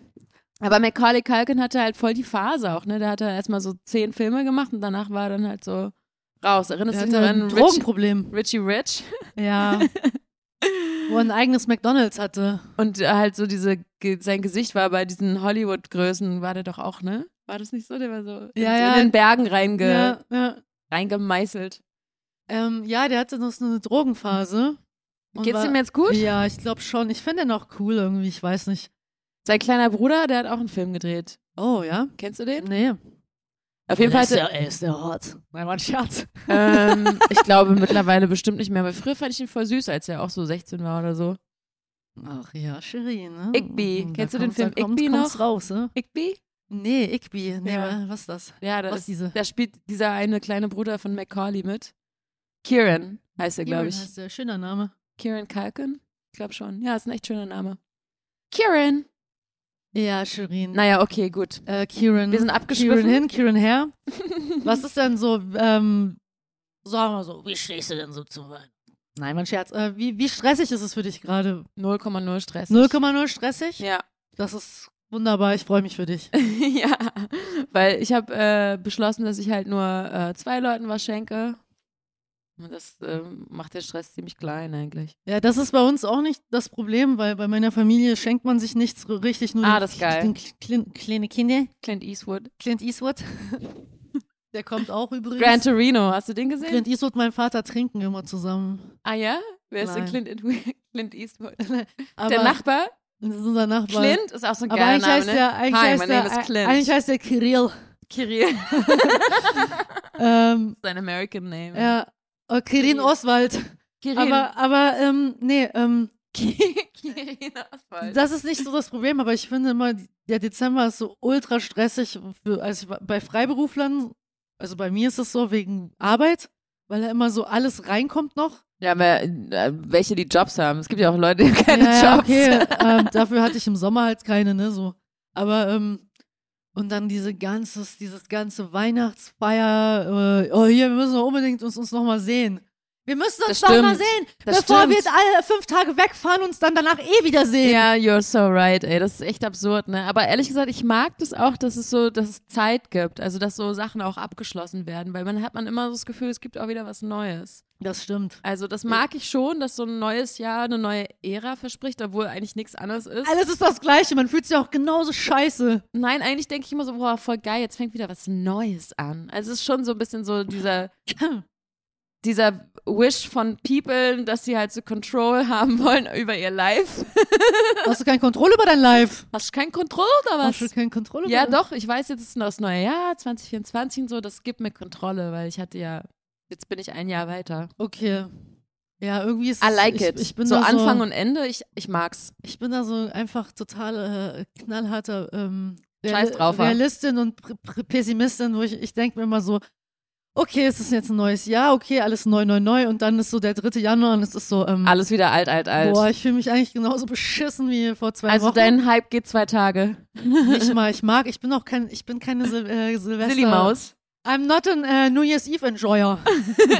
Aber Macaulay Culkin hatte halt voll die Phase auch, ne? Da hat er erstmal so zehn Filme gemacht und danach war er dann halt so raus. Erinnerst
Er
du
hat
dich daran?
ein Drogenproblem.
Richie Rich
Ja. Wo er ein eigenes McDonalds hatte.
und äh, halt so diese, ge- sein Gesicht war bei diesen Hollywood-Größen, war der doch auch, ne? War das nicht so? Der war so in,
Ja, ja.
in den Bergen reinge
Ja, ja.
reingemeißelt.
Ähm, ja, der hatte noch so eine Drogenphase. Und
Geht's
war-
ihm jetzt gut?
Ja, ich glaube schon. Ich finde den auch cool irgendwie. Ich weiß nicht.
Sein kleiner Bruder, der hat auch einen Film gedreht.
Oh, ja?
Kennst du den?
Nee.
Auf jeden Fall,
ist
hatte,
der, ey, ist der hot. Nein, war ein Scherz.
ähm, ich glaube mittlerweile bestimmt nicht mehr, aber früher fand ich ihn voll süß, als er auch so 16 war oder so.
Ach ja, Shirin. Ne?
Igby.
Da
Kennst du den
kommst- da
Film
kommst-
Igby
kommst
noch?
raus, ne?
Igby?
Nee, Igby. Nee,
Ja.
wa- was ist das?
Ja,
Was
da, ist,
diese?
da spielt dieser eine kleine Bruder von Macaulay mit. Kieran heißt er, glaube
Kieran
ich.
heißt der. Schöner Name.
Kieran Culkin? Ich glaube schon. Ja, ist ein echt schöner Name. Kieran!
Ja, Shirin.
Naja, okay, gut.
Äh, Kieran.
Wir sind
Kieran
abgeschwiffen.
hin, Kieran her. Was ist denn so, ähm, sagen wir so, wie stehst du denn so zu Wein? Nein, mein Scherz. Äh, wie, wie stressig ist es für dich gerade?
0,0 Stress.
0,0 stressig?
Ja.
Das ist wunderbar, ich freue mich für dich.
ja, weil ich habe äh, beschlossen, dass ich halt nur äh, zwei Leuten was schenke. Und das ähm, macht den Stress ziemlich klein eigentlich.
Ja, das ist bei uns auch nicht das Problem, weil bei meiner Familie schenkt man sich nichts r- richtig, nur
Ah,
den-
das ist geil.
den Cl- kleine Kinder.
Clint Eastwood.
Clint Eastwood. Der kommt auch übrigens.
Gran Torino, hast du den gesehen?
Clint Eastwood, mein Vater trinken immer zusammen.
ah ja? Wer ist denn
Nein.
Clint, Eastwood- Clint Eastwood?
Aber
Der Nachbar?
Das ist unser Nachbar.
Clint ist auch so ein
Aber eigentlich
geiler Name,
heißt
ne?
der, eigentlich
Hi,
heißt
my
der, äh,
name is Clint.
eigentlich heißt der Kirill.
Kirill ist
Ähm,
ein American Name.
ja, oh, Kirin
Kirill.
Oswald.
Kirill.
Aber, aber, ähm, nee, ähm,
Kirin Oswald.
das ist nicht so das Problem, aber ich finde immer, der Dezember ist so ultra stressig. Für, also ich- bei Freiberuflern, also bei mir ist es so wegen Arbeit, weil da immer so alles reinkommt noch.
Ja, aber äh, welche die Jobs haben. Es gibt ja auch Leute, die haben keine
Ja, ja,
Jobs.
okay. ähm, dafür hatte ich im Sommer halt keine, ne, so. Aber, ähm, und dann diese ganzes, dieses ganze Weihnachtsfeier, äh, oh hier, wir müssen doch unbedingt uns, uns nochmal sehen. Wir müssen uns
Das
doch mal
stimmt.
sehen,
Das
bevor
stimmt.
wir alle fünf Tage wegfahren und uns dann danach eh wiedersehen.
Ja, you're so right, ey. Das ist echt absurd, ne? Aber ehrlich gesagt, ich mag das auch, dass es so, dass es Zeit gibt. Also, dass so Sachen auch abgeschlossen werden. Weil man hat man immer so das Gefühl, es gibt auch wieder was Neues.
Das stimmt.
Also, das mag ich schon, dass so ein neues Jahr eine neue Ära verspricht, obwohl eigentlich nichts anderes ist.
Alles ist das Gleiche, man fühlt sich auch genauso scheiße.
Nein, eigentlich denke ich immer so, boah, voll geil, jetzt fängt wieder was Neues an. Also, es ist schon so ein bisschen so dieser, dieser Wish von People, dass sie halt so Control haben wollen über ihr Life.
Hast du keine Kontrolle über dein Live?
Hast du keinen Control oder was?
Hast du keine Kontrolle
Ja,
über
doch, ich weiß, jetzt ist noch das neue Jahr, 2024 und so, das gibt mir Kontrolle, weil ich hatte ja, jetzt bin ich ein Jahr weiter.
Okay. Ja, irgendwie ist
I like
ich,
it.
Ich bin
so Mhm.
da
Anfang
so,
und Ende, ich, ich mag's.
Ich bin da so einfach total äh, knallharter ähm,
Scheiß
Real-
drauf, ja.
Realistin und Pr- Pr- Pessimistin, wo ich, ich denke mir immer so, okay, es ist jetzt ein neues Jahr, okay, alles neu, neu, neu und dann ist so der 3. Januar und es ist so, ähm,
Alles wieder alt, alt, alt.
boah, ich fühle mich eigentlich genauso beschissen wie vor zwei
also
Wochen.
dein Hype geht zwei Tage.
nicht mal, ich mag, ich bin auch kein, ich bin keine Sil äh, Silvester.
Silly Maus.
I'm not an äh, New Year's Eve Enjoyer.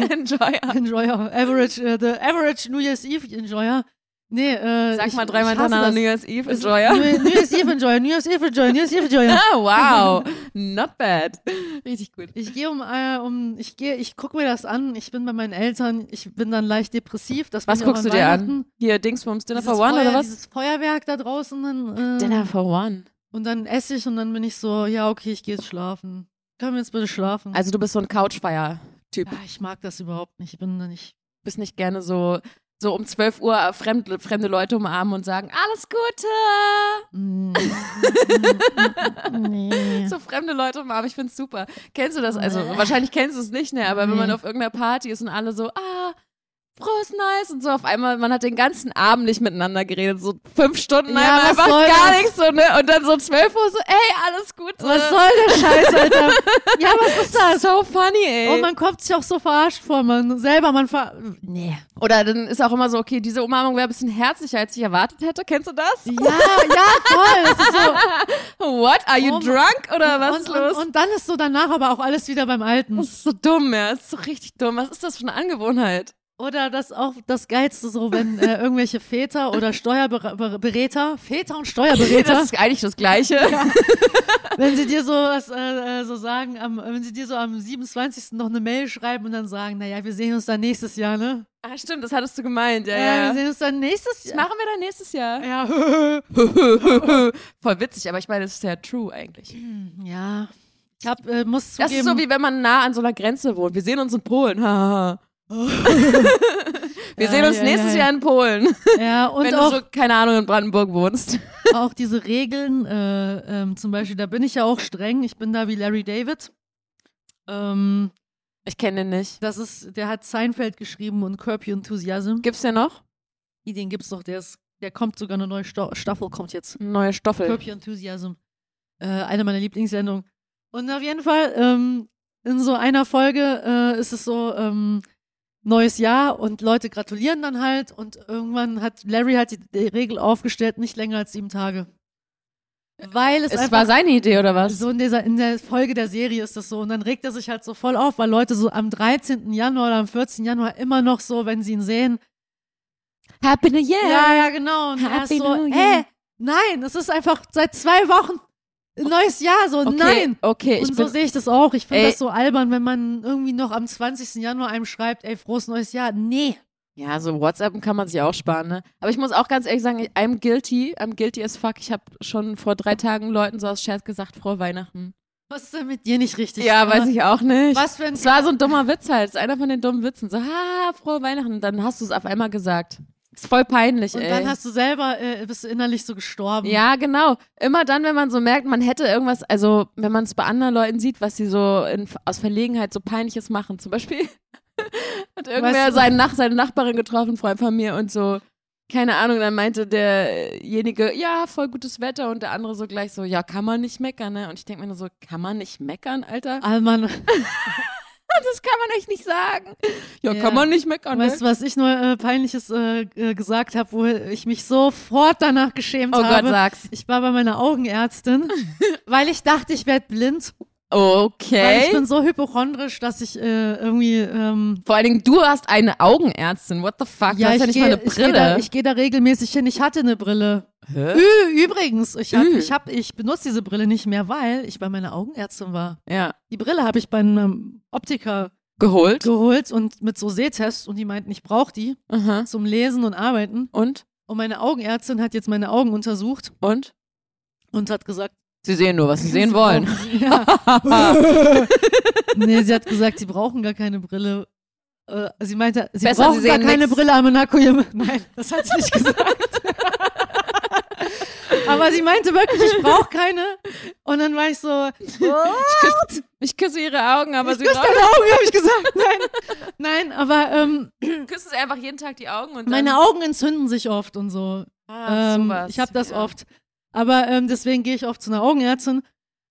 Enjoy.
Enjoyer. Average, äh, the average New Year's Eve Enjoyer. Nee, äh,
Sag
ich,
mal dreimal
ich hasse
hintereinander
das.
New Year's Eve,
Es-
Enjoyer.
New, New Year's Eve Enjoyer, New Year's Eve Enjoyer, New Year's Eve Enjoyer.
Ah, wow. Not bad. Richtig gut.
Ich gehe um, äh, um, ich gehe, ich gucke mir das an. Ich bin bei meinen Eltern, ich bin dann leicht depressiv. Das
Was
bin ich auch
guckst du
an
dir an?
Weihnachten.
Hier, Dingsbums, Dinner
Dieses
for One
Feuer,
oder was?
Dieses Feuerwerk da draußen. Dann, äh,
Dinner for One.
Und dann esse ich und dann bin ich so, ja, okay, ich gehe jetzt schlafen. Können wir jetzt bitte schlafen?
Also du bist so ein Couchfire-Typ.
ja, ich mag das überhaupt nicht. Ich bin da nicht.
bist nicht gerne so, so um 12 Uhr fremde, fremde Leute umarmen und sagen, alles Gute.
Mm. nee.
So fremde Leute umarmen, ich find's super. Kennst du das? Also wahrscheinlich kennst du es nicht, ne? Aber wenn man
Nee.
auf irgendeiner Party ist und alle so, ah, frohes Neues und so auf einmal, man hat den ganzen Abend nicht miteinander geredet, so fünf Stunden
Ja,
einmal
was
einfach
soll
gar
das?
nichts so, ne? Und dann so 12 Uhr so, ey, alles Gute.
Was soll der Scheiß, Alter? ja, was ist das? Oh
So funny, ey.
Und man kommt sich auch so verarscht vor, man selber, man ver. Nee.
Oder dann ist auch immer so, okay, diese Umarmung wäre ein bisschen herzlicher, als ich erwartet hätte. Kennst du das?
Ja, ja, voll. Das ist so.
What? Are you
Oh mein-
drunk? Oder was
und,
ist los?
Und, und dann ist so danach aber auch alles wieder beim Alten.
Das ist so dumm, ja. Das ist so richtig dumm. Was ist das für eine Angewohnheit?
Oder das auch das Geilste, so wenn äh, irgendwelche Väter oder Steuerberater, Väter und Steuerberater,
Das ist eigentlich das Gleiche.
wenn sie dir so was äh, äh, so sagen, am, wenn sie dir so am 27. noch eine Mail schreiben und dann sagen, naja, wir sehen uns dann nächstes Jahr, ne?
Ah, stimmt, das hattest du gemeint. Ja,
Äh,
ja.
wir
ja.
sehen uns dann nächstes
Das
Jahr.
machen wir dann nächstes Jahr.
Ja.
Voll witzig, aber ich meine, das ist ja true eigentlich.
ja. Ich hab, äh, muss
Das
Mhm. zugeben,
ist so, wie wenn man nah an so einer Grenze wohnt. Wir sehen uns in Polen. Hahaha. Wir
Ja,
sehen uns
ja,
nächstes
ja.
Jahr in Polen.
ja, und
wenn
auch,
du so, keine Ahnung, in Brandenburg wohnst.
auch diese Regeln, äh, ähm, zum Beispiel, da bin ich ja auch streng. Ich bin da wie Larry David. Ähm,
Ich kenne den nicht.
das ist, der hat Seinfeld geschrieben und Curb Your Enthusiasm.
Gibt's den noch?
Den gibt's noch, der ist, der kommt sogar eine neue Sta Staffel, kommt jetzt.
Eine neue Stoffel.
Curb Your Enthusiasm. Äh, eine meiner Lieblingssendungen. Und auf jeden Fall, ähm, in so einer Folge äh, ist es so, ähm, neues Jahr und Leute gratulieren dann halt und irgendwann hat Larry hat die, die Regel aufgestellt, nicht länger als sieben Tage. Weil es,
Es
einfach
war seine Idee, oder was?
so in dieser, in der Folge der Serie ist das so. Und dann regt er sich halt so voll auf, weil Leute so am 13. Januar oder am 14. Januar immer noch so, wenn sie ihn sehen,
Happy New Year.
ja, ja, genau. Und er ist
Happy
so,
New Year.
äh, nein, es ist einfach seit zwei Wochen ein neues Jahr, so,
okay,
nein.
Okay, ich
Und so
bin
sehe ich das auch. Ich finde
Ey.
das so albern, wenn man irgendwie noch am 20. Januar einem schreibt, ey, frohes neues Jahr. Nee.
Ja, so WhatsApp kann man sich auch sparen, ne? Aber ich muss auch ganz ehrlich sagen, I'm guilty, I'm guilty as fuck. Ich habe schon vor drei Tagen Leuten so aus Scherz gesagt, frohe Weihnachten.
Was ist denn mit dir nicht richtig? ne?
ja, weiß ich auch nicht.
Was für ein
Es war so ein dummer Witz halt, Es ist einer von den dummen Witzen. So, ha, frohe Weihnachten. Und dann hast du es auf einmal gesagt. Ist voll peinlich,
Und
ey.
dann hast du selber, äh, bist du innerlich so gestorben.
Ja, genau. Immer dann, wenn man so merkt, man hätte irgendwas, also wenn man es bei anderen Leuten sieht, was sie so in, aus Verlegenheit so peinliches machen. Zum Beispiel hat irgendwer
Weißt du-
seinen Nach seine Nachbarin getroffen, Freund von mir und so. Keine Ahnung, dann meinte derjenige, ja, voll gutes Wetter und der andere so gleich so, ja, kann man nicht meckern, ne? Und ich denke mir nur so, kann man nicht meckern, Alter?
Aber man,
Oh, Das kann man echt nicht sagen. Ja,
Ja.
kann man nicht meckern, ne?
weißt du, was ich nur äh, peinliches äh, äh, gesagt habe, wo ich mich sofort danach geschämt
Oh Gott,
habe?
sag's.
ich war bei meiner Augenärztin, weil ich dachte, ich werde blind. Weil ich
Okay.
bin so hypochondrisch, dass ich äh, irgendwie ähm,
Vor allen Dingen, du hast eine Augenärztin. What the fuck? du hast ja nicht mal eine
ich gehe da,
Brille.
ich gehe da regelmäßig hin. Ich hatte eine Brille.
Hä?
Ü, übrigens, ich, hab,
Ü.
ich, hab, ich benutze diese Brille nicht mehr, weil ich bei meiner Augenärztin war.
ja.
Die Brille habe ich bei einem Optiker
Geholt.
geholt und mit so Sehtests und die meinten, ich brauche die
Aha.
zum Lesen und Arbeiten.
Und?
Und meine Augenärztin hat jetzt meine Augen untersucht
Und?
und hat gesagt,
Sie sehen nur, was sie sehen wollen.
Ja. nee, sie hat gesagt, sie brauchen gar keine Brille. Äh, Sie meinte, sie
Besser,
brauchen
sie
gar
sehen
keine
nix.
Brille am Nakujem. Nein, das hat sie nicht gesagt. Aber sie meinte wirklich, ich brauche keine. Und dann war ich so, oh,
Ich küsse ihre Augen, aber
ich
sie
küsse deine
brauchen-
Augen, habe ich gesagt. Nein, nein aber ähm,
küssen sie einfach jeden Tag die Augen und
meine
dann,
Augen entzünden sich oft und so.
Ah,
Ähm,
sowas.
ich habe das
Ja.
oft. Aber ähm, deswegen gehe ich oft zu einer Augenärztin.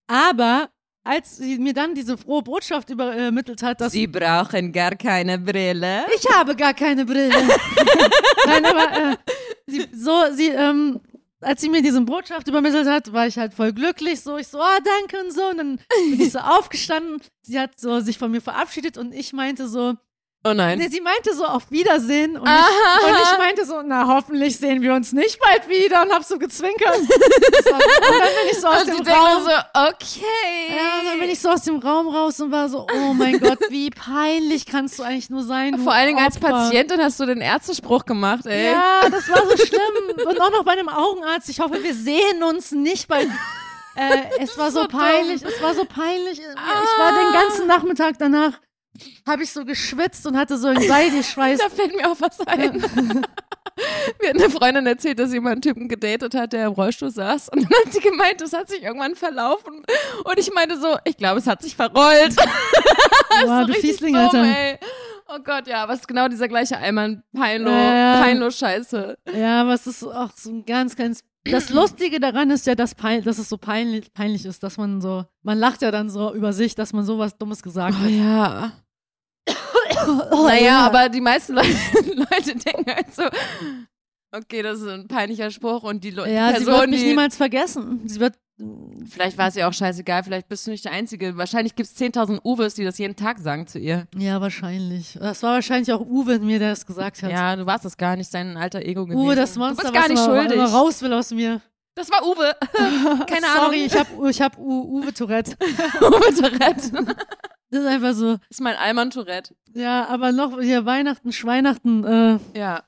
Aber als sie mir dann diese frohe Botschaft übermittelt hat, dass
Sie brauchen gar keine Brille.
ich habe gar keine Brille. Nein, aber äh, sie, so, sie, ähm, als sie mir diese Botschaft übermittelt hat, war ich halt voll glücklich. So, ich so, ah, danke und so. Und dann bin ich so aufgestanden. Sie hat so sich von mir verabschiedet und ich meinte so,
Oh nein.
nee, sie meinte so auf Wiedersehen und ich
Aha.
und ich meinte so, na hoffentlich sehen wir uns nicht bald wieder und hab so gezwinkert. und dann bin ich so aus
und
dem
Also sie denken
Raum.
so, okay.
ja, und dann bin ich so aus dem Raum raus und war so, oh mein Gott, wie peinlich kannst du eigentlich nur sein? Du
Vor allen Dingen als
Opfer.
Patientin hast du den Ärztespruch gemacht, ey.
Ja, das war so schlimm. Und auch noch bei einem Augenarzt. Ich hoffe, wir sehen uns nicht bei. Äh, es war so,
So dumm. Ah.
peinlich, es war so peinlich. Ich war den ganzen Nachmittag danach, habe ich so geschwitzt und hatte so einen Seideschweiß.
Da fällt mir auch was ein. Mir hat eine Freundin erzählt, dass sie mal einen Typen gedatet hat, der im Rollstuhl saß. Und dann hat sie gemeint, das hat sich irgendwann verlaufen. Und ich meinte so, ich glaube, es hat sich verrollt.
Boah, Ah, Oh, du
Richtig
Fiesling,
dumm,
Alter.
ey. Oh Gott, ja, aber es ist genau dieser gleiche Eimann. Peinlo,
Ja, ja.
Peinlo Scheiße.
Ja, aber es ist auch so ein ganz, ganz. Das Lustige daran ist ja, dass, pein, dass es so peinlich, peinlich ist, dass man so. Man lacht ja dann so über sich, dass man sowas Dummes gesagt hat.
ja. naja, Oh, aber die meisten Leute, Leute denken halt so, okay, das ist ein peinlicher Spruch und die, Le
Ja,
die
sie wird
Person,
mich
die,
niemals vergessen. Sie wird.
vielleicht war es ihr auch scheißegal, vielleicht bist du nicht der Einzige. Wahrscheinlich gibt es 10.000 Uwes, die das jeden Tag sagen zu ihr.
Ja, wahrscheinlich. Das war wahrscheinlich auch Uwe mir, der das gesagt hat.
Ja, du warst es gar nicht, dein alter Ego gewesen.
Uwe, das
du
Monster,
bist gar nicht
was immer,
schuldig.
immer raus will aus mir.
Das war Uwe. Keine
Sorry,
Ahnung.
ich hab, ich hab U Uwe Tourette.
Uwe Tourette.
Das ist einfach so.
Das ist mein Alman Tourette.
Ja, aber noch hier Weihnachten, Schweihnachten, äh,
Ja.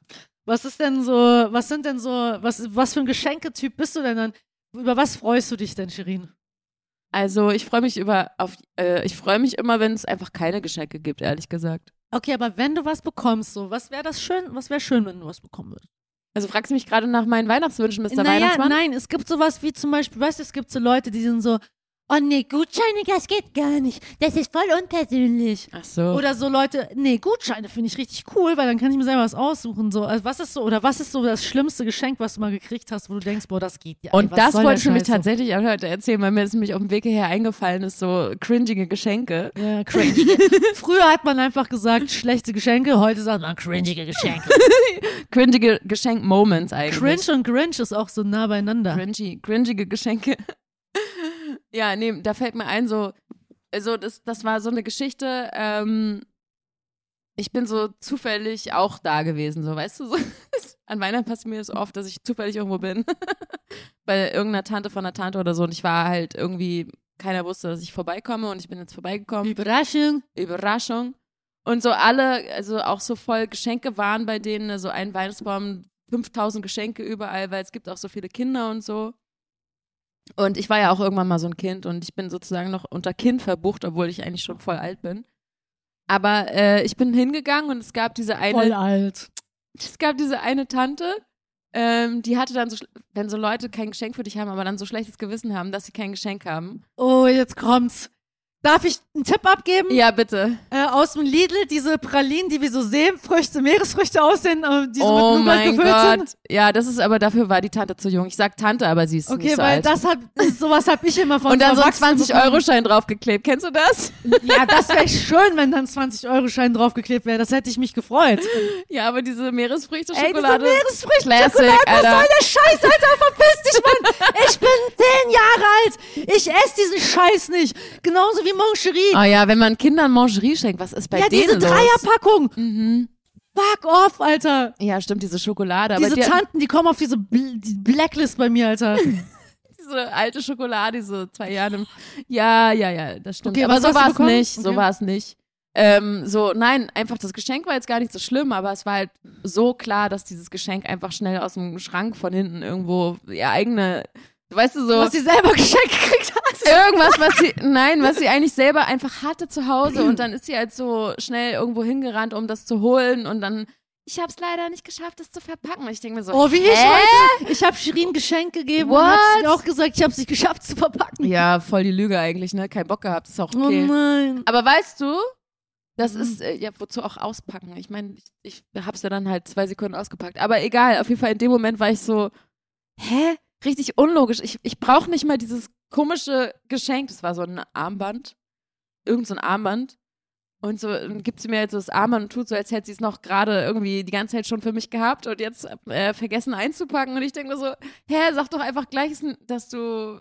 Was ist denn so, was sind denn so, was, was für ein Geschenketyp bist du denn dann? Über was freust du dich denn, Shirin?
Also ich freue mich über auf äh, ich freue mich immer, wenn es einfach keine Geschenke gibt, ehrlich gesagt.
Okay, aber wenn du was bekommst, so, was wäre das schön, was wäre schön, wenn du was bekommen würdest?
Also fragst du mich gerade nach meinen Weihnachtswünschen, Mr.
Naja,
Weihnachtsmann?
nein, es gibt sowas wie zum Beispiel, weißt du, es gibt so Leute, die sind so, oh nee, Gutscheine, das geht gar nicht, das ist voll unpersönlich.
Ach so.
Oder so Leute, nee, Gutscheine finde ich richtig cool, weil dann kann ich mir selber was aussuchen, so. Also was ist so, oder was ist so das schlimmste Geschenk, was du mal gekriegt hast, wo du denkst, boah, das geht ja. ey,
und
was
das
soll
wollte ich
der
nämlich
Scheiße?
tatsächlich auch heute erzählen, weil mir das nämlich auf dem Weg hierher eingefallen ist, so cringige Geschenke.
Ja, cringe. Früher hat man einfach gesagt, schlechte Geschenke, heute sagt man cringige Geschenke.
Cringige Geschenk-Moments eigentlich.
Cringe und Grinch ist auch so nah beieinander.
Cringy, cringige Geschenke. ja, nee, da fällt mir ein, so, also das, das war so eine Geschichte, ähm, ich bin so zufällig auch da gewesen, so, weißt du, so, an Weihnachten passiert mir das oft, dass ich zufällig irgendwo bin. Bei irgendeiner Tante von einer Tante oder so und ich war halt irgendwie, keiner wusste, dass ich vorbeikomme und ich bin jetzt vorbeigekommen.
Überraschung.
Überraschung. Und so alle, also auch so voll Geschenke waren bei denen, ne, so ein Weihnachtsbaum, 5000 Geschenke überall, weil es gibt auch so viele Kinder und so. Und ich war ja auch irgendwann mal so ein Kind und ich bin sozusagen noch unter Kind verbucht, obwohl ich eigentlich schon voll alt bin. Aber äh, ich bin hingegangen und es gab diese eine.
Voll alt.
es gab diese eine Tante, ähm, die hatte dann so, schl- wenn so Leute kein Geschenk für dich haben, aber dann so schlechtes Gewissen haben, dass sie kein Geschenk haben.
Oh, jetzt kommt's. Darf ich einen Tipp abgeben?
Ja, bitte.
Äh, aus dem Lidl, diese Pralinen, die wie so Seefrüchte, Meeresfrüchte aussehen, äh, die so
oh
mit Nougat
mein
gefüllt sind.
Gott. Ja, das ist aber, dafür war die Tante zu jung. Ich sag Tante, aber sie ist
Okay,
nicht so
weil
alt.
das hab, sowas hab ich immer von
Und dann so ein
Erwachsenen
20-Euro-Schein draufgeklebt. Kennst du das?
bekommen. Ja, das wäre schön, wenn dann 20-Euro-Schein draufgeklebt wäre. Das hätte ich mich gefreut.
Ja, aber
Ey,
diese
diese
Meeresfrüchte-Schokolade.
Meeresfrüchte,
Classic,
Schokolade, was
Alter.
soll der Scheiß, Alter? Verpiss dich, Mann! Ich bin 10 Jahre alt! Ich esse diesen Scheiß nicht! Genauso wie Moncherie.
Ah ja, wenn man Kindern Mangerie schenkt, was ist bei
ja,
denen
diese
los?
Dreierpackung! Mhm. Fuck off, Alter!
Ja, stimmt, diese Schokolade.
Diese
aber die,
Tanten, die kommen auf diese Bl die Blacklist bei mir, Alter.
diese alte Schokolade, diese zwei Jahre. im- Ja, ja, ja, das stimmt.
Okay,
aber
was
so
hast du
war es
bekommen?
nicht. So
Okay.
war es nicht. Ähm, so, nein, einfach das Geschenk war jetzt gar nicht so schlimm, aber es war halt so klar, dass dieses Geschenk einfach schnell aus dem Schrank von hinten irgendwo ihr eigene, weißt du so,
Was sie selber geschenkt gekriegt hat.
irgendwas, was sie, nein, was sie eigentlich selber einfach hatte zu Hause und dann ist sie halt so schnell irgendwo hingerannt, um das zu holen und dann, ich hab's leider nicht geschafft, das zu verpacken. Und ich denke mir so,
Oh, wie ich
hä?
heute. Ich habe Shirin Geschenk gegeben und
What?
hab sie auch gesagt, ich habe es nicht geschafft zu verpacken.
Ja, voll die Lüge eigentlich, ne? Kein Bock gehabt, ist auch
Oh
okay.
nein.
Aber weißt du, das ist, äh, ja, wozu auch auspacken? Ich meine, ich, ich hab's ja dann halt zwei Sekunden ausgepackt. Aber egal, auf jeden Fall in dem Moment war ich so, hä? Richtig unlogisch. Ich, ich brauche nicht mal dieses komische Geschenk. Das war so ein Armband. Irgend so ein Armband. Und so und gibt sie mir jetzt so das Armband und tut so, als hätte sie es noch gerade irgendwie die ganze Zeit schon für mich gehabt und jetzt äh, vergessen einzupacken. Und ich denke mir so, hä, sag doch einfach gleich, dass du.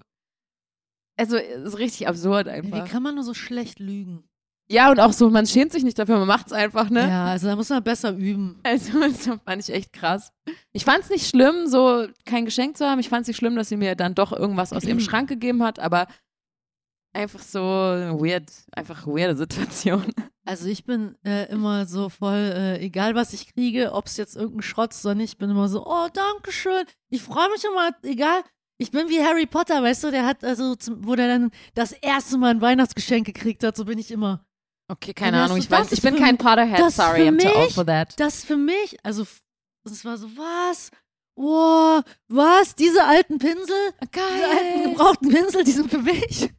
Also, ist richtig absurd einfach.
Wie kann man nur so schlecht lügen?
Ja, und auch so, man schämt sich nicht dafür, man macht's einfach, ne?
Ja, also da muss man besser üben.
Also, das fand ich echt krass. Ich fand's nicht schlimm, so kein Geschenk zu haben. Ich fand's nicht schlimm, dass sie mir dann doch irgendwas aus ihrem Schrank gegeben hat, aber einfach so weird, einfach weirde Situation.
Also ich bin äh, immer so voll, äh, egal was ich kriege, ob es jetzt irgendein Schrott ist oder nicht, ich bin immer so, oh, danke schön. Ich freue mich immer, egal. Ich bin wie Harry Potter, weißt du, der hat, also, zum, wo der dann das erste Mal ein Weihnachtsgeschenk gekriegt hat, so bin ich immer.
Okay,
keine
keine
Ja, das- Ahnung,
Ahnung,
ich
ich
das weiß- ist
weiß,
ich
ich
bin
bin
für- kein
kein Prada-Head,
das sorry,
sorry,
für I'm too
I'm too
old
old
mich- for
for that.
das für mich, also f- es war so, was? Oh, was? Diese alten Pinsel? Diese alten gebrauchten Pinsel, die sind für mich.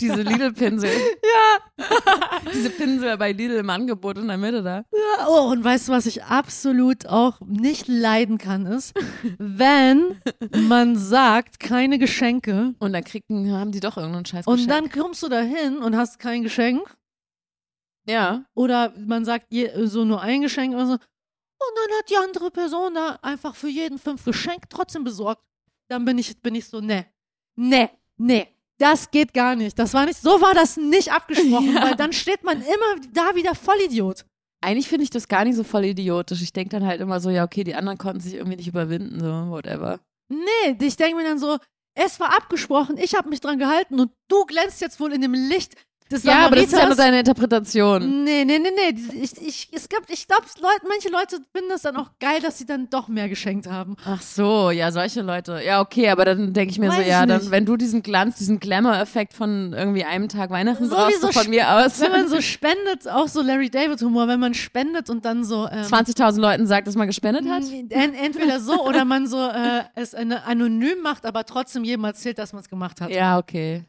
Diese Lidl-Pinsel. ja. Diese Pinsel bei Lidl im Angebot in der Mitte da.
Ja, Oh, und weißt du, was ich absolut auch nicht leiden kann, ist, wenn man sagt, keine Geschenke.
Und dann kriegen, haben die doch irgendeinen scheiß
Und
Geschenk.
dann kommst du dahin und hast kein Geschenk.
Ja.
Oder man sagt je, so nur ein Geschenk oder so. Und dann hat die andere Person da einfach für jeden fünf Geschenk trotzdem besorgt. Dann bin ich, bin ich so, ne, ne, ne. Das geht gar nicht. Das war nicht, so war das nicht abgesprochen,
Ja.
weil dann steht man immer da wieder Vollidiot.
Eigentlich finde ich das gar nicht so voll idiotisch. Ich denke dann halt immer so, ja, okay, die anderen konnten sich irgendwie nicht überwinden, so, whatever.
Nee, ich denke mir dann so, es war abgesprochen, ich habe mich dran gehalten und du glänzt jetzt wohl in dem Licht des
Ja, aber das ist ja nur
Samariters.
deine Interpretation.
Nee, nee, nee, nee. Diese- Ich, ich, es gibt, ich glaube, Leute, manche Leute finden das dann auch geil, dass sie dann doch mehr geschenkt haben.
Ach so, ja, solche Leute. Ja, okay, aber dann denke ich mir
Weiß
so,
ich
ja,
nicht.
dann, wenn du diesen Glanz, diesen Glamour-Effekt von irgendwie einem Tag Weihnachten
So wie
brauchst,
so
so von mir aus.
Wenn man so spendet, auch so Larry David Humor, wenn man spendet und dann so ähm,
20.000 Leuten sagt, dass man gespendet hat.
en entweder so oder man so äh, es eine anonym macht, aber trotzdem jedem erzählt, dass man es gemacht hat.
Ja, okay.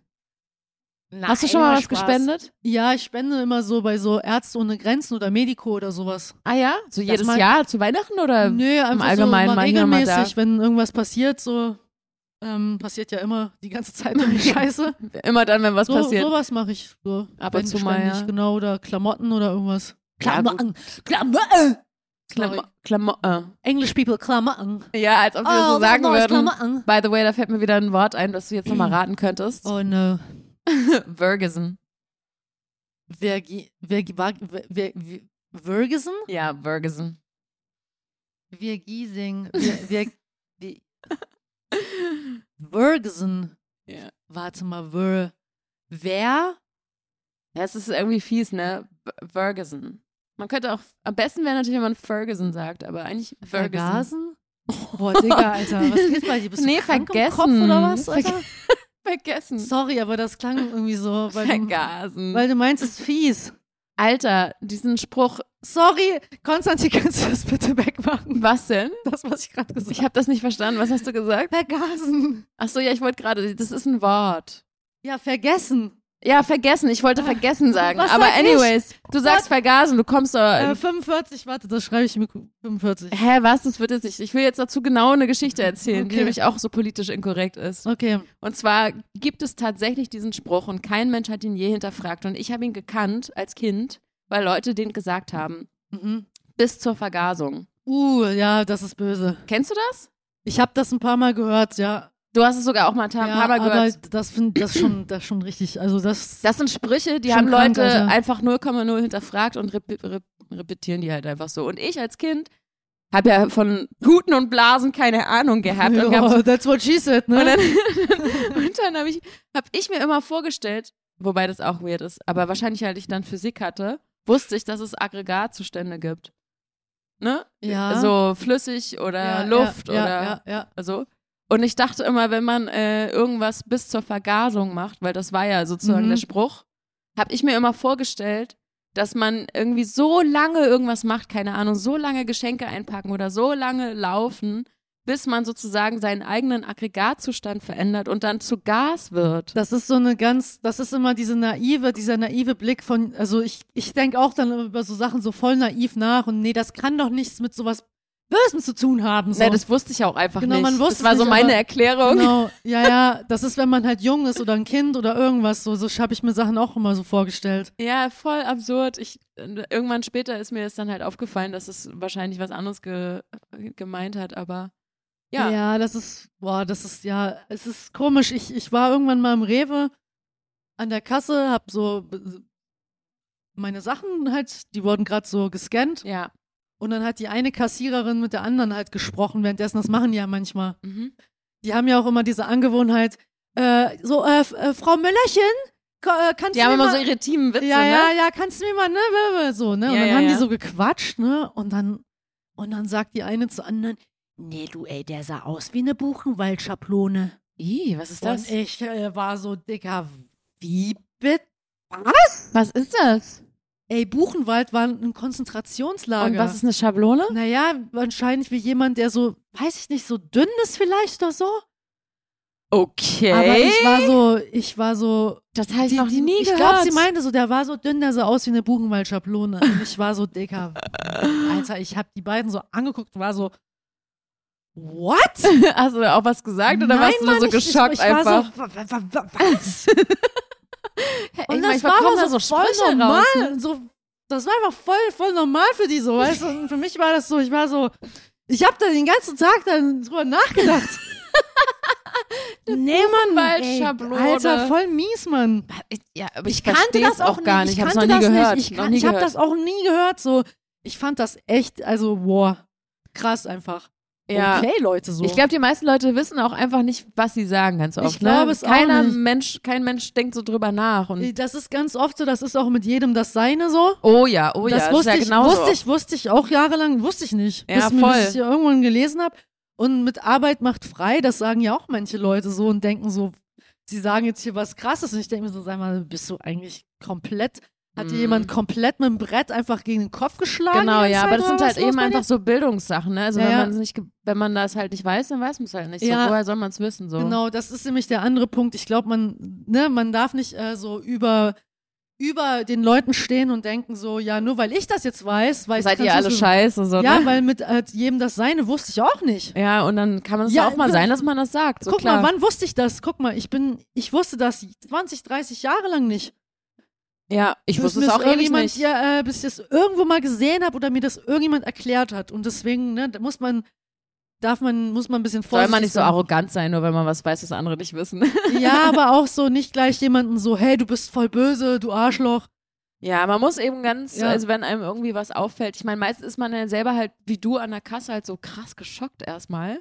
Nein,
Hast du schon mal was
Spaß.
gespendet?
Ja, ich spende immer so bei so Ärzte ohne Grenzen oder Medico oder sowas.
Ah ja? So jedes
man-
Jahr zu Weihnachten oder?
Nö, einfach
Äh, Allgemeinen
so mal
mal hier, mal da.
regelmäßig, wenn irgendwas passiert, so ähm, passiert ja immer die ganze Zeit irgendwie Scheiße.
Immer dann, wenn was
So,
passiert.
sowas mache ich so.
Ab und
Wenn
zu mal,
spende ich,
ja.
genau oder Klamotten oder irgendwas.
Ja, gut.
Klamotten, Klamotten.
Klamo Klamo
English people Klamotten.
äh. Ja, als ob
Oh,
wir das so sagen
neues
würden.
Klamotten.
By the way, da fällt mir wieder ein Wort ein, das du jetzt nochmal raten könntest.
Oh no.
Vergesen.
Vergi, Vergi, Ver, Ver, Ver, Vergesen?
Ja, Vergesen.
Vergiesing. Ver, Ver, Ver, Vergesen.
Ja.
Warte mal, Ver. Wer?
Das ist irgendwie fies, ne? Ver- Vergesen. Man könnte auch, am besten wäre natürlich, wenn man Ferguson sagt, aber eigentlich Vergesen.
Vergasen? Boah, Digga, Alter, was geht bei dir? Bist
Nee,
du krank
vergessen.
im Kopf oder was, Alter?
Vergessen.
Sorry, aber das klang irgendwie so, weil du,
Vergasen.
weil du meinst, es ist fies.
Alter, diesen Spruch,
Sorry, Konstantin, kannst du das bitte wegmachen?
was denn?
Das, was ich gerade gesagt
Ich
habe.
habe das nicht verstanden. Was hast du gesagt?
Vergasen.
Ach so, ja, ich wollte gerade, das ist ein Wort.
Ja, vergessen.
Ja, vergessen. Ich wollte vergessen sagen.
Ah. Was
Aber
sag ich?
anyways, du sagst vergasen, du kommst doch.
Äh, 45, warte, das schreibe ich mir. 45.
Hä, was? Das wird jetzt nicht. Ich will jetzt dazu genau eine Geschichte erzählen, die
Okay.
nämlich auch so politisch inkorrekt ist.
Okay.
Und zwar gibt es tatsächlich diesen Spruch und kein Mensch hat ihn je hinterfragt. Und ich habe ihn gekannt als Kind, weil Leute den gesagt haben.
Mhm.
Bis zur Vergasung.
Uh, ja, das ist böse.
Kennst du das?
Ich habe das ein paar Mal gehört, ja.
Du hast es sogar auch mal ein
ja
paar paar Mal
aber
gehört.
das finde das schon, das schon richtig. Also das.
Das sind Sprüche, die
Schon
haben
krank, also.
Leute
Alter.
einfach 0,0 hinterfragt und rep rep repetieren die halt einfach so. Und ich als Kind habe ja von Huten und Blasen keine Ahnung gehabt. Und hab
ja, Oh, that's what she said, ne?
Und dann, und dann habe ich, hab ich mir immer vorgestellt, wobei das auch weird ist, aber wahrscheinlich, weil ich dann Physik hatte, wusste ich, dass es Aggregatzustände gibt. Ne?
ja.
So flüssig oder
Ah. ja,
Luft
ja,
oder
Ja, ja, ja.
so. Und ich dachte immer, wenn man äh, irgendwas bis zur Vergasung macht, weil das war ja sozusagen
Mhm.
der Spruch, habe ich mir immer vorgestellt, dass man irgendwie so lange irgendwas macht, keine Ahnung, so lange Geschenke einpacken oder so lange laufen, bis man sozusagen seinen eigenen Aggregatzustand verändert und dann zu Gas wird.
Das ist so eine ganz, das ist immer diese naive, dieser naive Blick von, also ich, ich denke auch dann über so Sachen so voll naiv nach und nee, das kann doch nichts mit sowas Bösem zu tun haben. So.
Nee, Ne, das wusste ich auch einfach
Genau,
nicht.
man wusste
das war
es
so
nicht,
meine
aber-
Erklärung.
Genau, ja, ja, das ist, wenn man halt jung ist oder ein Kind oder irgendwas, so, so habe ich mir Sachen auch immer so vorgestellt.
Ja, voll absurd. Ich, irgendwann später ist mir das dann halt aufgefallen, dass es wahrscheinlich was anderes ge, gemeint hat, aber ja.
ja, das ist, boah, das ist, ja, es ist komisch. Ich, ich war irgendwann mal im Rewe an der Kasse, hab so b- meine Sachen halt, die wurden gerade so gescannt
Ja.
und dann hat die eine Kassiererin mit der anderen halt gesprochen, währenddessen, das machen die ja manchmal.
Mhm.
Die haben ja auch immer diese Angewohnheit, äh, so, äh, F- äh, Frau Müllerchen, ka- äh, kannst
Die
du
haben
mir
immer
mal
so ihre Teamwitze,
ja,
ne?
ja, ja, kannst du mir mal, ne, ne, ne, so, ne? Und
Ja,
dann
ja,
haben
ja.
die so gequatscht, ne? Und dann, und dann sagt die eine zur anderen,
Nee, du, ey, der sah aus wie eine Buchenwaldschablone.
Ih, was ist
ne und ich äh, war so, Dicker, wie bitte?
Was ist das?
Ey, Buchenwald war ein Konzentrationslager.
Und was ist eine Schablone?
Naja, wahrscheinlich wie jemand, der so, weiß ich nicht, so dünn ist vielleicht oder so.
Okay.
Aber ich war so, ich war so,
das habe ich
Die-
noch
die-
nie
ich
gehört.
glaube, sie meinte so, der war so dünn, der sah aus wie eine Buchenwaldschablone. Und ich war so dicker. Alter, ich habe die beiden so angeguckt und war so, what?
Hast du auch was gesagt oder
Nein,
warst du nur
Mann,
so
ich,
geschockt
ich, ich
einfach?
War so, wa- wa- wa- was?
Hey,
und
manchmal
das war
kommen
aber
da
so, voll
Sprüche
normal.
raus. ne?
So, das war einfach voll, voll normal für die so, weißt du? Und für mich war das so, ich war so, ich habe da den ganzen Tag dann drüber nachgedacht. Nee, Mann, ey,
Buchenwaldschablone.
Alter, voll mies, Mann.
Ja, aber ich,
Ich kannte
versteh's
das auch,
gar nicht.
nicht.
Ich hab's noch
kannte
nie
das
gehört.
Nicht. Ich,
noch
kann-
nie
ich habe
gehört.
das auch nie gehört. So, ich fand das echt, also wow, krass einfach.
ja.
Okay, Leute, so.
Ich glaube, die meisten Leute wissen auch einfach nicht, was sie sagen, ganz oft.
glaub
ne?
es auch
Keiner
nicht.
Mensch, kein Mensch denkt so drüber nach. Und,
Äh, das ist ganz oft so. Das ist auch mit jedem das Seine so.
oh ja, oh ja,
das
ist
wusste
ja
ich,
genauso.
wusste ich, wusste ich auch jahrelang, wusste ich nicht,
Ja,
bis, mir-
voll.
bis ich hier irgendwann gelesen habe. Und mit Arbeit macht frei, das sagen ja auch manche Leute so und denken so, sie sagen jetzt hier was Krasses und ich denke mir so, sag mal, bist du eigentlich komplett, hat dir
Mm.
jemand komplett mit dem Brett einfach gegen den Kopf geschlagen?
Genau,
die ganze
ja, aber
Zeit
das
oder
sind
was
halt
ist los
eben
bei dir?
einfach so Bildungssachen, ne? Also
Ja,
wenn
ja.
man es nicht, ge- wenn man das halt nicht weiß, dann weiß man es halt nicht.
Ja.
So, woher soll man es wissen? So.
Genau, das ist nämlich der andere Punkt. Ich glaube, man, ne, man darf nicht äh, so über, über den Leuten stehen und denken so, ja, nur weil ich das jetzt weiß, weiß
Seid
kannst
ihr
du
alle
es-
scheiße, so,
Ja,
ne?
weil mit äh, jedem das Seine wusste ich auch nicht.
Ja, und dann kann es
Ja,
ja, auch mal
guck-
sein, dass man das sagt. So,
Guck
klar.
mal, wann wusste ich das? Guck mal, ich bin, ich wusste das 20, 30 Jahre lang nicht.
ja, ich
Bis
wusste
mir
es
das
auch ewig
irgendjemand
nicht.
Hier, äh, bis ich das irgendwo mal gesehen habe oder mir das irgendjemand erklärt hat. Und deswegen, ne, da muss man, darf man, muss man ein bisschen
Soll
vorsichtig
man nicht so
sein.
arrogant sein, nur wenn man was weiß, was andere nicht wissen.
Ja, aber auch so nicht gleich jemanden so, hey, du bist voll böse, du Arschloch.
ja, man muss eben ganz,
Ja.
also wenn einem irgendwie was auffällt, ich meine, meistens ist man ja selber halt wie du an der Kasse halt so krass geschockt erstmal.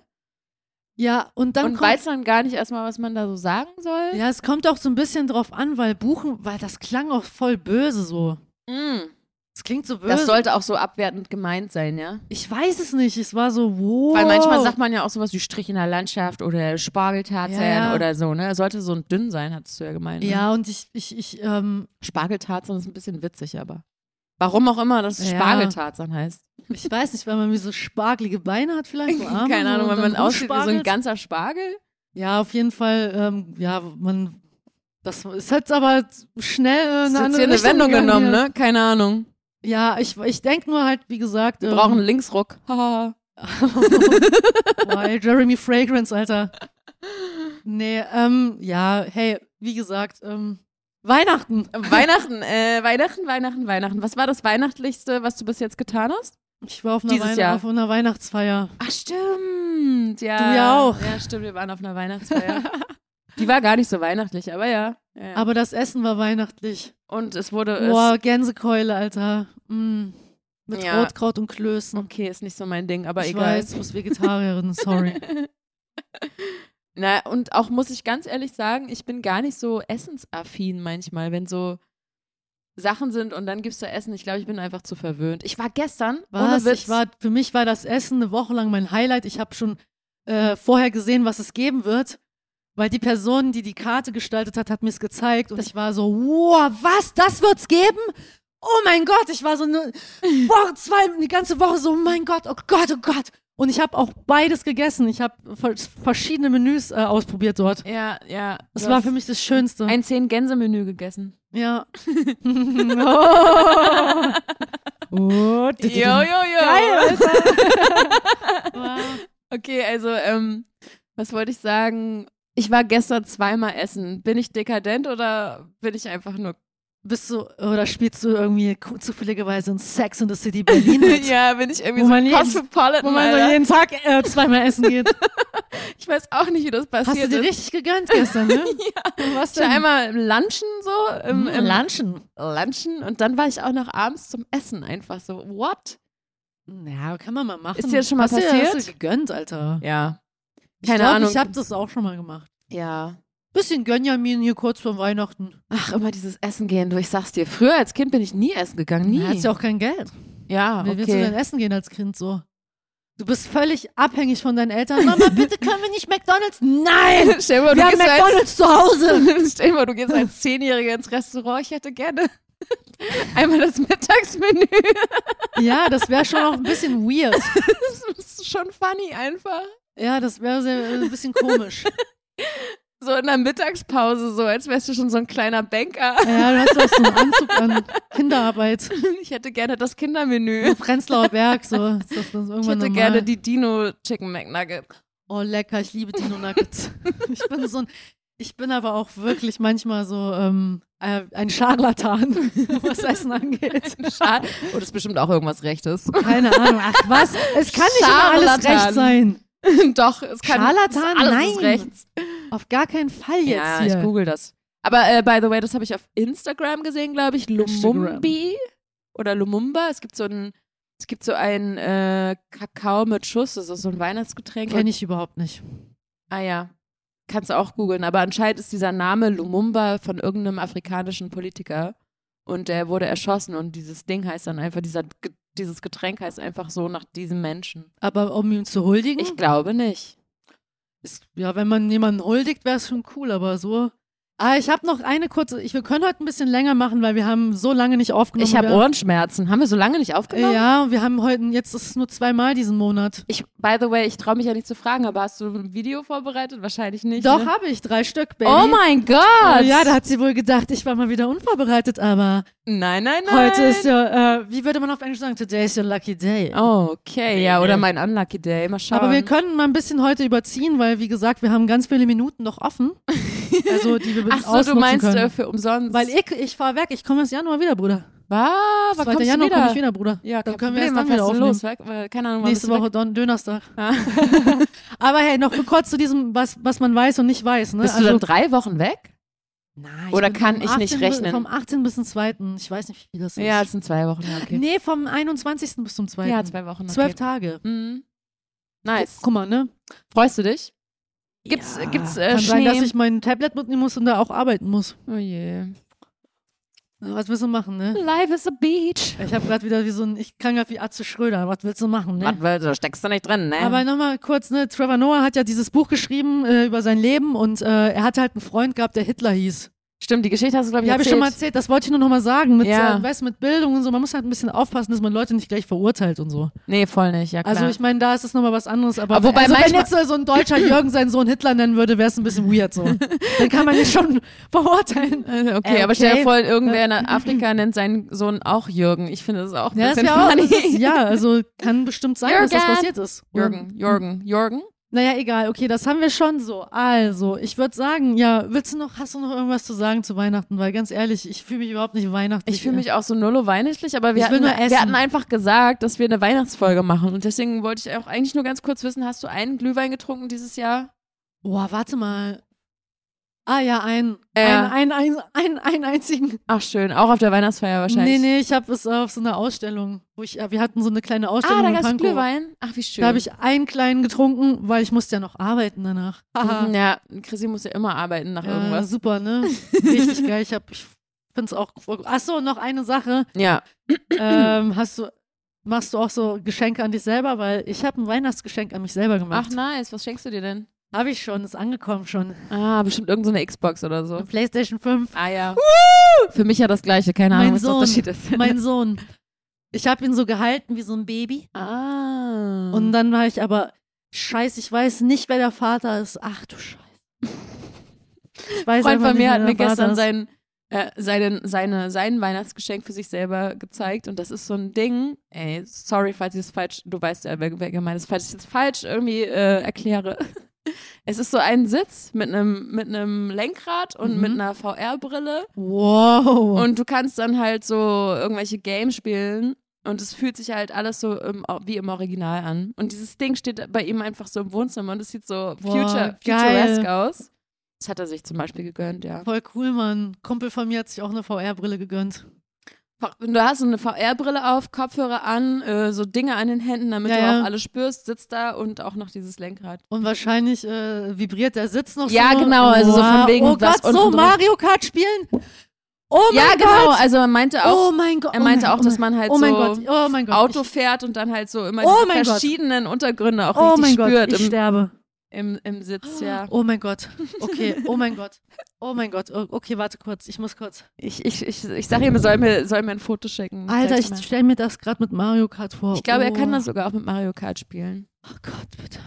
Ja, und dann
Und
kommt,
weiß dann gar nicht erstmal, was man da so sagen soll.
ja, es kommt auch so ein bisschen drauf an, weil Buchen, weil das klang auch voll böse so.
Mm.
Es klingt so böse.
Das sollte auch so abwertend gemeint sein, ja.
ich weiß es nicht, es war so, wow.
Weil manchmal sagt man ja auch sowas wie Strich in der Landschaft oder Spargeltarzan
Ja, ja.
oder so, ne? Sollte so ein dünn sein, hattest du ja gemeint. Ne?
Ja, und ich, ich, ich, ähm,
Spargeltarzan ist ein bisschen witzig, aber. Warum auch immer das
Ja.
Spargeltarzan heißt.
Ich weiß nicht, weil man wie so spargelige Beine hat vielleicht. So Arme
Keine Ahnung,
und
wenn
dann
man aussieht wie so ein
rumspargelt.
ganzer Spargel.
Ja, auf jeden Fall, ähm, ja, man, das ist jetzt aber schnell äh,
Das
eine andere
ist jetzt hier eine
Richtung
Wendung
gegangen
genommen,
hier.
ne? Keine Ahnung.
Ja, ich, ich denke nur halt, wie gesagt,
Wir
ähm,
brauchen einen Linksruck. Haha.
Weil Jeremy Fragrance, Alter. Nee, ähm, ja, hey, wie gesagt, ähm, Weihnachten.
Weihnachten, äh, Weihnachten, Weihnachten, Weihnachten. Was war das Weihnachtlichste, was du bis jetzt getan hast?
Ich war auf einer,
Dieses
Weihn-
Jahr.
auf einer Weihnachtsfeier.
Ach, stimmt. Ja.
Du ja auch.
Ja, stimmt. Wir waren auf einer Weihnachtsfeier. Die war gar nicht so weihnachtlich, aber ja. ja. ja.
Aber das Essen war weihnachtlich.
und es wurde. es-
Boah, Gänsekeule, Alter. Mm. Mit
Ja.
Rotkraut und Klößen.
Okay, ist nicht so mein Ding, aber
ich
egal.
weiß, du bist Vegetarierin, sorry.
Na, und auch muss ich ganz ehrlich sagen, ich bin gar nicht so essensaffin manchmal, wenn so Sachen sind und dann gibst du Essen. Ich glaube, ich bin einfach zu verwöhnt. Ich war gestern,
Was?
ohne Witz,
Ich war, für mich war das Essen eine Woche lang mein Highlight. Ich habe schon äh, vorher gesehen, was es geben wird, weil die Person, die die Karte gestaltet hat, hat mir es gezeigt und ich war so, wow, was? Das wird's geben? Oh mein Gott, ich war so eine Woche, zwei, die ganze Woche so, oh mein Gott, oh Gott, oh Gott. Und ich habe auch beides gegessen. Ich habe ver- verschiedene Menüs äh, ausprobiert dort.
ja, ja.
Das
du
war
hast
für mich das Schönste.
ein zehn Gänse Menü gegessen.
ja.
Oh, jo, jo, jo.
Geil, Alter.
Okay, also ähm, was wollte ich sagen? Ich war gestern zweimal essen. Bin ich dekadent oder bin ich einfach nur
Bist du oder spielst du irgendwie ku- zufälligerweise in Sex in the City Berlin mit?
Ja, bin ich irgendwie
Wo
so
man jeden-
Cosmopolitan,
Wo man so
Alter.
jeden Tag äh, zweimal essen geht.
Ich weiß auch nicht, wie das
Hast du
passiert
dir
ist.
richtig gegönnt gestern, ne? ja. Was
Ich war
denn?
einmal im Lunchen so,
Mhm.
im, im
Lunchen.
Lunchen und dann war ich auch noch abends zum Essen einfach so, what?
Ja, kann man mal machen.
Ist dir das schon mal
hast du dir- Hast du
passiert?
gegönnt, Alter.
Ja.
Ich
Keine
glaub,
Ahnung.
Ich habe das auch schon mal gemacht.
ja.
Bisschen Gönjamin hier kurz vor Weihnachten.
Ach, immer dieses Essen gehen. Du, ich sag's dir, früher als Kind bin ich nie essen gegangen, nie.
Da hast ja auch kein Geld.
ja,
Wie willst du denn
okay.
essen gehen als Kind so? Du bist völlig abhängig von deinen Eltern. Mama, bitte können wir nicht McDonalds? Nein!
Stell dir mal,
Wir
du
haben
gehst als-
McDonalds zu Hause!
Stell dir mal, du gehst als Zehnjähriger ins Restaurant. Ich hätte gerne einmal das Mittagsmenü.
Ja, das wäre schon auch ein bisschen weird.
Das ist schon funny einfach.
Ja, das wäre sehr- äh, ein bisschen komisch.
So in der Mittagspause, so als wärst du schon so ein kleiner Banker.
Ja, du hast auch so einen Anzug an Kinderarbeit.
Ich hätte gerne das Kindermenü.
So Prenzlauer Berg, so. Ist das dann irgendwann
Ich hätte
normal?
gerne die Dino Chicken McNugget.
Oh, lecker, ich liebe Dino Nuggets. Ich bin so ein. Ich bin aber auch wirklich manchmal so ähm, äh, ein Scharlatan, was Essen angeht.
Schade. Oh, das ist bestimmt auch irgendwas Rechtes.
Keine Ahnung. Ach was? Es kann nicht immer alles
Scharlatan.
recht sein.
Doch, es kann.
Scharlatan?
ist alles Ist
Nein.
rechts.
Auf gar keinen Fall jetzt
ja,
hier.
ich google das. Aber äh, by the way, das habe ich auf Instagram gesehen, glaube ich.
Instagram.
Lumumbi oder Lumumba. Es gibt so ein, es gibt so ein äh, Kakao mit Schuss. Das ist so ein Weihnachtsgetränk.
Kenne ich überhaupt nicht.
Ah ja. Kannst du auch googeln, aber anscheinend ist dieser Name Lumumba von irgendeinem afrikanischen Politiker und der wurde erschossen und dieses Ding heißt dann einfach, dieser, Ge- dieses Getränk heißt einfach so nach diesem Menschen.
Aber um ihn zu huldigen,
Ich glaube nicht.
ist, ja, wenn man jemanden huldigt, wäre es schon cool, aber so. Ah, ich habe noch eine kurze. Ich, wir können heute ein bisschen länger machen, weil wir haben so lange nicht aufgenommen.
Ich habe
Wir-
Ohrenschmerzen. Haben wir so lange nicht aufgenommen?
Genau, Ja, und wir haben heute, jetzt ist es nur zweimal diesen Monat.
Ich, by the way, ich traue mich ja nicht zu fragen, aber hast du ein Video vorbereitet? Wahrscheinlich nicht.
Doch,
ne?
habe ich, drei Stück, Baby.
Oh mein Gott!
Oh Ja, da hat sie wohl gedacht, ich war mal wieder unvorbereitet, aber
nein, nein, nein.
heute ist ja, äh, wie würde man auf Englisch sagen, today is your lucky day.
Oh, okay, ja, oder mein Unlucky Day. Mal schauen.
Aber wir können mal ein bisschen heute überziehen, weil, wie gesagt, wir haben ganz viele Minuten noch offen. Also, die wir
Ach so,
ausnutzen
du meinst
können.
äh, für umsonst.
Weil ich, ich fahr weg, ich komme erst Januar wieder, Bruder.
War, wann
2.
kommst
Januar
du wieder?
komme ich wieder, Bruder.
Ja,
dann
kein
können wir
Problem,
erst dann wieder
wann fährst du
aufnehmen.
los? Weil- weil- Keine Ahnung, wann
Nächste
bist du
Woche Don Dönerstag.
Ah.
Aber hey, noch kurz zu diesem, was, was man weiß und nicht weiß. Ne?
Weg? Bist
also,
du dann drei Wochen weg?
Nein, ich
Oder
bin
kann
vom
ich nicht
18. bis-
rechnen?
Vom 18. bis zum 2. Ich weiß nicht, wie viel das ist.
Ja, es sind zwei Wochen, ja, okay.
Nee, vom 21. bis zum 2.
Ja, zwei Wochen. Okay.
Zwölf Tage.
Mhm. Nice.
Guck mal, ne?
Freust du dich? Gibt's,
Ja.
gibt's äh,
Kann
Schnee?
sein, dass ich mein Tablet mitnehmen muss und da auch arbeiten muss.
oh je.
Ja, Was willst du machen, ne?
Life is a beach.
Ich habe gerade wieder wie so ein, ich klang gerade wie Atze Schröder. Was willst du machen, ne?
Was willst du? Steckst du nicht drin, ne?
Aber nochmal kurz, ne? Trevor Noah hat ja dieses Buch geschrieben äh, über sein Leben und äh, er hatte halt einen Freund gehabt, der Hitler hieß.
Stimmt, die Geschichte hast du, glaube ich,
Ja, habe ich
erzählt.
schon mal erzählt, das wollte ich nur noch mal sagen. Mit,
Ja.
äh, weißt, du, mit Bildung und so, man muss halt ein bisschen aufpassen, dass man Leute nicht gleich verurteilt und so.
nee, voll nicht, ja klar.
Also ich meine, da ist es nochmal was anderes, aber
Aber wobei
also, wenn
manchmal-
jetzt äh, so ein deutscher Jürgen seinen Sohn Hitler nennen würde, wäre es ein bisschen weird so. Dann kann man ihn schon verurteilen.
Äh, Okay,
Äh,
aber stell
okay.
dir vor, irgendwer in Afrika nennt seinen Sohn auch Jürgen. Ich finde das auch ein
Ja, das
bisschen
wär auch,
funny.
das ist, ja, also kann bestimmt sein, dass
Jürgen.
das passiert ist.
Jürgen, Jürgen, Jürgen.
Naja, egal, okay, das haben wir schon so. Also, ich würde sagen, ja, willst du noch, hast du noch irgendwas zu sagen zu Weihnachten? Weil ganz ehrlich, ich fühle mich überhaupt nicht weihnachtlich.
Ich fühle mich auch so nullo weihnächtlich, aber wir
Ich will
hatten,
nur essen.
wir hatten einfach gesagt, dass wir eine Weihnachtsfolge machen. Und deswegen wollte ich auch eigentlich nur ganz kurz wissen, hast du einen Glühwein getrunken dieses Jahr?
Boah, warte mal. Ah ja, ein,
Äh.
ein, ein, ein, ein, einen einzigen.
Ach schön, auch auf der Weihnachtsfeier wahrscheinlich.
Nee, nee, ich habe es auf so einer Ausstellung, wo ich, äh, wir hatten so eine kleine Ausstellung
Ah, da
in
gab es
Pankow.
Glühwein. Ach, wie schön.
Da habe ich einen kleinen getrunken, weil ich musste ja noch arbeiten danach. Haha.
Mhm, Ja, Chrissy muss ja immer arbeiten nach
Ja,
irgendwas.
super, ne? Richtig geil. Ich, hab- ich finde es auch voll gut. Ach so, noch eine Sache.
Ja.
Ähm, hast du, machst du auch so Geschenke an dich selber? Weil ich habe ein Weihnachtsgeschenk an mich selber
Ach
gemacht.
nice, was schenkst du dir denn?
Habe ich schon, ist angekommen schon.
Ah, bestimmt irgendeine so eine Xbox oder so.
Eine PlayStation 5.
Ah ja. Für mich ja das gleiche, keine
Mein
Ahnung, was der
Sohn.
Unterschied ist.
Mein Sohn. Ich habe ihn so gehalten wie so ein Baby.
ah.
Und dann war ich aber, scheiße, ich weiß nicht, wer der Vater ist. Ach du Scheiße. Ich weiß
ein Freund
einfach nicht,
von mir
wer
hat
der
mir
Vater
gestern
ist.
sein, äh, seinen, seine, sein Weihnachtsgeschenk für sich selber gezeigt und das ist so ein Ding. Ey, sorry, falls ich es falsch, du weißt ja, wer, wer gemeint ist, falls ich es jetzt falsch irgendwie äh, erkläre. Es ist so ein Sitz mit einem mit einem Lenkrad und
Mhm.
mit einer VR-Brille
Wow.
und du kannst dann halt so irgendwelche Games spielen und es fühlt sich halt alles so im, wie im Original an. Und dieses Ding steht bei ihm einfach so im Wohnzimmer und es sieht so future,
geil.
futuresque aus. Das hat er sich zum Beispiel gegönnt, ja.
Voll cool, Mann. Kumpel von mir hat sich auch eine VR-Brille gegönnt.
Du hast so eine VR-Brille auf, Kopfhörer an, äh, so Dinge an den Händen, damit
Ja,
du
ja.
auch alles spürst, sitzt da und auch noch dieses Lenkrad.
Und wahrscheinlich äh, vibriert der Sitz noch
Ja,
so.
genau, also so von wegen,
Oh
was
Gott, so
unten drin-
Mario Kart spielen? Oh mein
ja,
Gott.
genau. Also er meinte auch,
oh mein Gott.
er meinte
oh mein,
auch, dass man halt
Oh mein
so
Gott, oh mein Gott.
Auto fährt und dann halt so immer
Oh
die
mein Gott.
verschiedenen Untergründe
ich,
auch
oh mein
richtig
Gott,
spürt
ich
im,
sterbe.
im, im Sitz, ja.
Oh mein Gott. Okay, oh mein Gott. Oh mein Gott. Oh, Okay, warte kurz, ich muss kurz.
Ich, ich, ich, ich sag ihm, er soll mir, soll mir ein Foto schicken.
Alter,
Zeig's
ich
mir.
stelle mir das gerade mit Mario Kart vor.
ich glaube, er
oh.
kann das sogar auch mit Mario Kart spielen.
Oh Gott, bitte.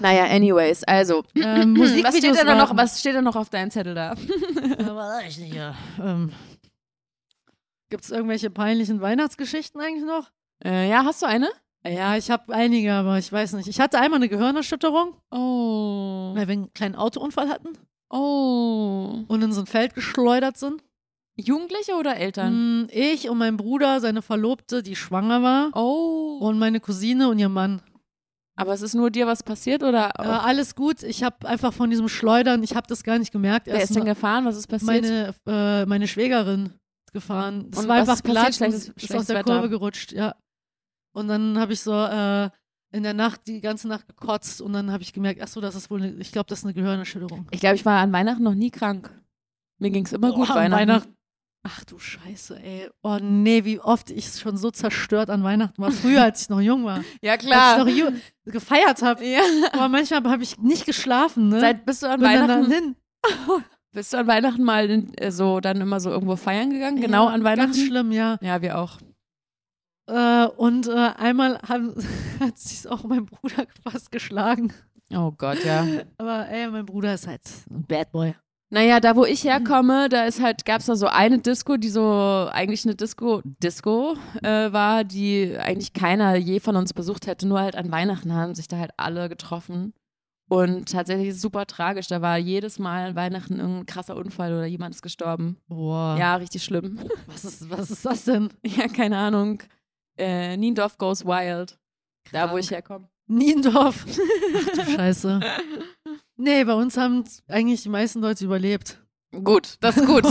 Naja, anyways, also.
Ähm,
Was steht,
Musikvideos
denn da noch,
warten.
was steht denn noch auf deinem Zettel da?
Aber ich nicht, ja.
Ähm, Gibt es irgendwelche peinlichen Weihnachtsgeschichten eigentlich noch?
Äh, ja, hast du eine?
Ja, ich habe einige, aber ich weiß nicht. Ich hatte einmal eine Gehirnerschütterung,
Oh.
weil wir einen kleinen Autounfall hatten
Oh.
und in so ein Feld geschleudert sind.
Jugendliche oder Eltern?
Mm, Ich und mein Bruder, seine Verlobte, die schwanger war,
Oh.
und meine Cousine und ihr Mann.
Aber es ist nur dir was passiert oder
Äh, alles gut. Ich habe einfach von diesem Schleudern, ich habe das gar nicht gemerkt.
wer
Erst
ist denn gefahren? Was ist passiert?
meine, äh, meine Schwägerin gefahren. Das
Und
war
was
einfach
ist passiert?
glatt und
Schlechtes-
ist aus
schlechtes
der
Wetter.
Kurve gerutscht, ja. Und dann habe ich so äh, in der Nacht die ganze Nacht gekotzt und dann habe ich gemerkt, ach so, das ist wohl, eine, ich glaube, das ist eine Gehirnerschütterung.
ich glaube, ich war an Weihnachten noch nie krank. Mir ging es immer gut
Boah, an
Weihnachten.
Ach du Scheiße, ey. Oh nee, wie oft ich schon so zerstört an Weihnachten war. Früher, als ich noch jung war.
Ja,
Als ich noch ju- gefeiert habe.
ja.
Aber manchmal habe ich nicht geschlafen, ne?
Seit bist du an
Bin dann
Weihnachten
dahin.
bist du an Weihnachten mal in, äh, so dann immer so irgendwo feiern gegangen? Genau
Ja,
an Weihnachten.
Ganz schlimm, ja.
Ja, wir auch.
Äh, und äh, einmal haben, hat sich auch mein Bruder fast geschlagen.
Oh Gott, ja.
Aber ey, mein Bruder ist halt ein Bad Boy.
Naja, da wo ich herkomme, da ist halt, gab's da so eine Disco, die so eigentlich eine Disco, Disco äh, war, die eigentlich keiner je von uns besucht hätte, nur halt an Weihnachten haben sich da halt alle getroffen. Und tatsächlich ist es super tragisch. Da war jedes Mal an Weihnachten irgendein krasser Unfall oder jemand ist gestorben.
Boah.
Ja, richtig schlimm.
Was ist, was ist das denn?
Ja, keine Ahnung. Äh, Niendorf goes wild. Da, wo ich herkomme.
Niendorf. Ach du Scheiße. Nee, bei uns haben eigentlich die meisten Leute überlebt.
Gut, das ist gut.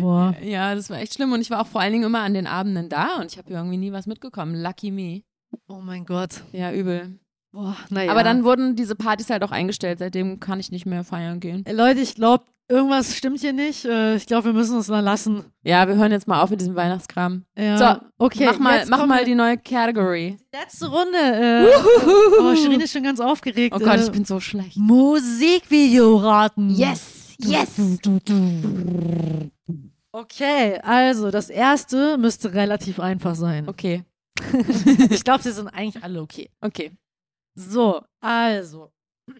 Boah.
ja, das war echt schlimm. Und ich war auch vor allen Dingen immer an den Abenden da und ich habe irgendwie nie was mitgekommen. Lucky me.
Oh mein Gott.
Ja, übel.
Boah, naja.
Aber dann wurden diese Partys halt auch eingestellt. Seitdem kann ich nicht mehr feiern gehen.
Ey, Äh, Leute, ich glaube, irgendwas stimmt hier nicht. Äh, ich glaube, wir müssen es dann lassen.
Ja, wir hören jetzt mal auf mit diesem Weihnachtskram.
Ja.
So,
okay.
mach mal,
jetzt
mach
kommt
mal die neue Category.
letzte Runde. Äh, oh, Shirin ist schon ganz aufgeregt.
Oh Gott,
äh,
ich bin so schlecht.
Musikvideo raten.
Yes, yes.
Okay, also das erste müsste relativ einfach sein.
Okay,
Ich glaube, sie sind eigentlich alle okay.
okay.
So, also.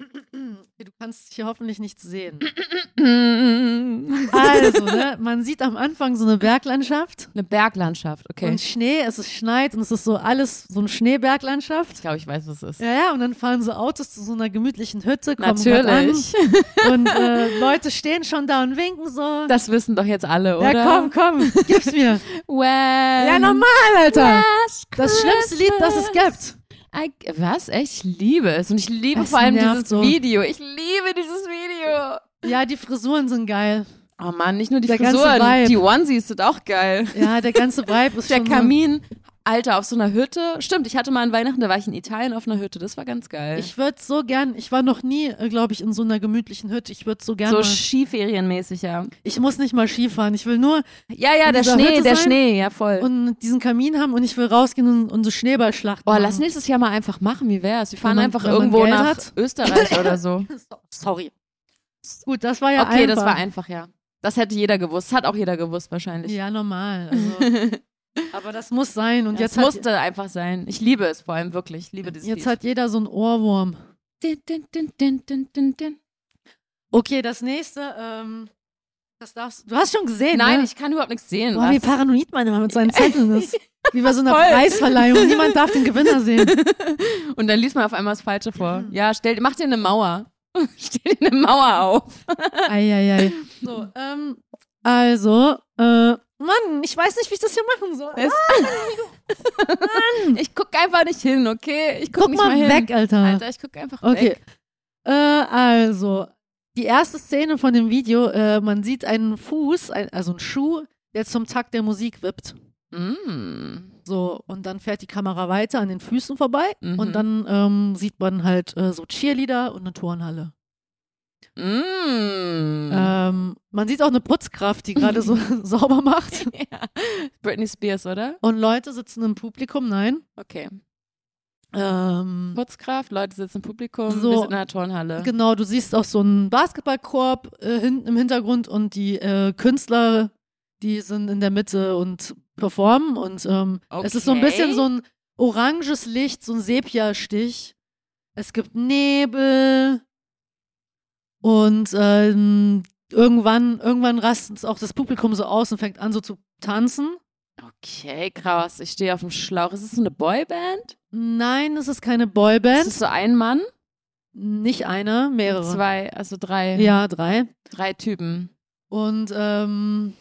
Du kannst hier hoffentlich nichts sehen.
Eine
Also, ne, man sieht am Anfang so eine Berglandschaft
Berglandschaft, okay.
und Schnee, es ist schneit und es ist so alles so eine Schneeberglandschaft.
Ich glaube, ich weiß, was es ist.
Ja, ja, und dann fahren so Autos zu so einer gemütlichen Hütte, kommen grad
Natürlich.
an und äh, Leute stehen schon da und winken so.
Das wissen doch jetzt alle, oder? Ähm,
Ja, komm, komm, gib's mir.
When
ja, normal, Alter.
Last
Das schlimmste Lied, das es gibt.
I, was? Echt? Ich liebe es. Und ich liebe
Es
vor allem
nervt
dieses
so.
Video. Ich liebe dieses Video.
Ja, die Frisuren sind geil.
Oh Mann, nicht nur die
Der ganze
Frisuren.
Vibe.
Die Onesies sind auch geil.
Ja, der ganze Vibe ist
Der
schon
Kamin, Alter, auf so einer Hütte. Stimmt, ich hatte mal an Weihnachten, da war ich in Italien auf einer Hütte. Das war ganz geil.
Ich würde so gern, ich war noch nie, glaube ich, in so einer gemütlichen Hütte. Ich würde so gern.
so
mal,
skiferienmäßig, ja.
ich muss nicht mal Skifahren. Ich will nur
Ja, ja,
In
der
dieser
Schnee,
Hütte
der
sein?
Schnee, ja voll.
und diesen Kamin haben und ich will rausgehen und, und so Schneeballschlachten.
Boah,
machen.
Oh, lass nächstes Jahr mal einfach machen. Wie wär's? Wir fahren
man-
einfach
wenn man
irgendwo
Geld
nach
hat.
Österreich oder so.
Sorry. Gut, das war ja
okay,
einfach.
das war einfach, ja. Das hätte jeder gewusst. Hat auch jeder gewusst wahrscheinlich.
Ja, normal. Also. Aber das muss sein. Und
Und
jetzt,
jetzt
hat,
musste einfach sein. Ich liebe es vor allem wirklich. Ich liebe dieses
jetzt
Lied.
hat jeder so einen Ohrwurm.
Din, din, din, din, din, din, din.
Okay, das nächste, ähm, das darfst du. hast schon gesehen,
Nein,
ne?
ich kann überhaupt nichts sehen.
Boah,
was?
wie paranoid man immer mit seinen Zetteln ist. Wie bei so einer
Voll.
Preisverleihung. Niemand darf den Gewinner sehen.
Und dann liest man auf einmal das Falsche vor.
Mhm.
Ja, stell, mach dir eine Mauer. stell dir eine Mauer auf.
Eieiei. So, ähm, also, äh, Mann, ich weiß nicht, wie ich das hier machen soll. Ah,
Es- Ich guck einfach nicht hin, okay? Ich guck,
Hm. Guck
nicht
mal
hin.
weg, Alter.
Alter, ich guck einfach
okay.
weg.
Äh, also, die erste Szene von dem Video, äh, man sieht einen Fuß, ein, also einen Schuh, der zum Takt der Musik wippt.
Mm.
So, und dann fährt die Kamera weiter an den Füßen vorbei
Mhm.
und dann ähm, sieht man halt äh, so Cheerleader und eine Turnhalle.
Mm.
Ähm, man sieht auch eine Putzkraft, die gerade so sauber macht.
Ja. Britney Spears, oder?
Und Leute sitzen im Publikum, nein.
Okay.
Mhm. Ähm,
Putzkraft, Leute sitzen im Publikum,
So.
wir sind in einer Turnhalle.
genau, du siehst auch so einen Basketballkorb äh, hinten im Hintergrund und die äh, Künstler, die sind in der Mitte und performen. Und ähm, es ist so ein
Okay.
bisschen so ein oranges Licht, so ein Sepia-Stich. Es gibt Nebel. Und ähm, irgendwann, irgendwann rastet auch das Publikum so aus und fängt an so zu tanzen.
Okay, krass. Ich stehe auf dem Schlauch. Ist es so eine Boyband?
Nein, es ist keine
Ist
Boyband.
es so ein Mann?
Nicht einer, mehrere.
Zwei, also drei.
Ja, drei.
Drei Typen.
Und ähm,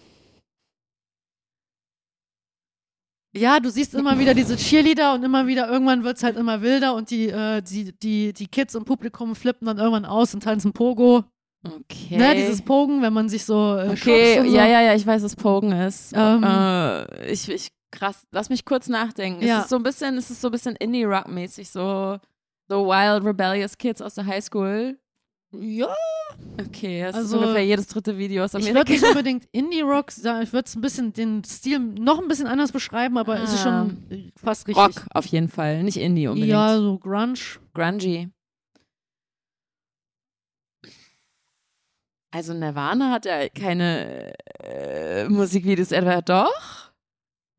ja, du siehst immer wieder diese Cheerleader und immer wieder, irgendwann wird es halt immer wilder und die, äh, die, die, die Kids im Publikum flippen dann irgendwann aus und tanzen Pogo.
Okay.
Ne, dieses Pogen, wenn man sich so äh, schubst
Okay,
und so.
ja, ja, ja, ich weiß, dass Pogen ist.
Ähm.
äh, ich, ich, krass, lass mich kurz nachdenken.
Ja.
Ist es so ein bisschen, ist es so ein bisschen Indie-Rock-mäßig, so, so Wild Rebellious Kids aus der Highschool?
Ja,
Okay, das ist
Also,
ungefähr jedes dritte Video aus
ich
Amerika.
würde nicht unbedingt Indie-Rock sagen, ich würde es ein bisschen den Stil noch ein bisschen anders beschreiben, aber es ist schon äh, fast richtig.
Ah. Rock auf jeden Fall, nicht Indie unbedingt.
Ja, so Grunge.
Grungy. Also Nirvana hat ja keine äh, Musikvideos etwa doch.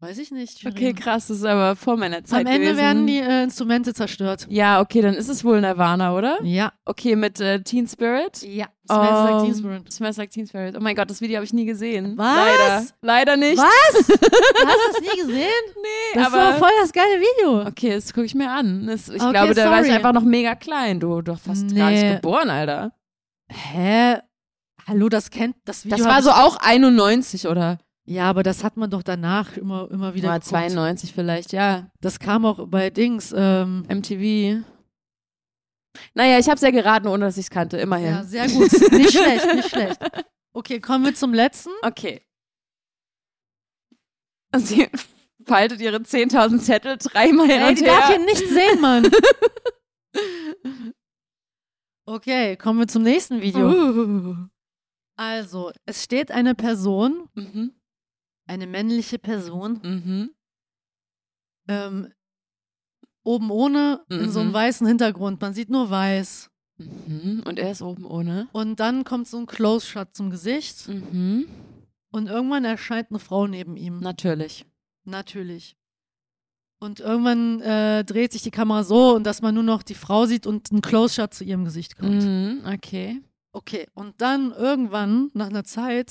Weiß ich nicht.
Okay,
Shirin.
krass, das ist aber vor meiner Zeit
Am Ende
gewesen.
werden die äh, Instrumente zerstört.
Ja, okay, dann ist es wohl Nirvana, oder?
Ja.
Okay, mit äh, Teen Spirit.
Ja. Smells
Ähm,
like Teen Spirit.
Smells Like Teen Spirit. Oh mein Gott, das Video habe ich nie gesehen.
Was?
Leider. Leider nicht.
Was? Du hast das nie gesehen?
Nee,
Das
aber
war voll das geile Video.
Okay, das gucke ich mir an. Das, ich
Okay,
glaube, da war ich
sorry.
einfach noch mega klein. Du, du warst fast gar
Nee.
nicht geboren, Alter.
Hä? Hallo, das kennt das Video.
Das
hab
war
ich-
so auch 91 oder
Ja, aber das hat man doch danach immer, immer wieder
war
geguckt.
92 vielleicht, ja.
Das kam auch bei Dings. Ähm,
MTV. Naja, ich habe sehr geraten, ohne dass ich es kannte, immerhin.
ja, sehr gut. Nicht schlecht, nicht schlecht. Okay, kommen wir zum letzten.
Okay. Sie faltet ihre 10.000 Zettel dreimal hin
Ey,
und
die darf
her.
hier nicht sehen, Mann. Okay, kommen wir zum nächsten Video.
Uh.
Also, es steht eine Person,
Mhm.
eine männliche Person,
Mhm.
ähm, oben ohne, in so einem
Mhm.
weißen Hintergrund. Man sieht nur weiß.
Mhm. Und er ist oben ohne.
Und dann kommt so ein Close-Shot zum Gesicht.
Mhm.
Und irgendwann erscheint eine Frau neben ihm.
Natürlich.
Natürlich. Und irgendwann äh, dreht sich die Kamera so, und dass man nur noch die Frau sieht und ein Close-Shot zu ihrem Gesicht kommt.
Mhm. Okay.
Okay, und dann irgendwann, nach einer Zeit,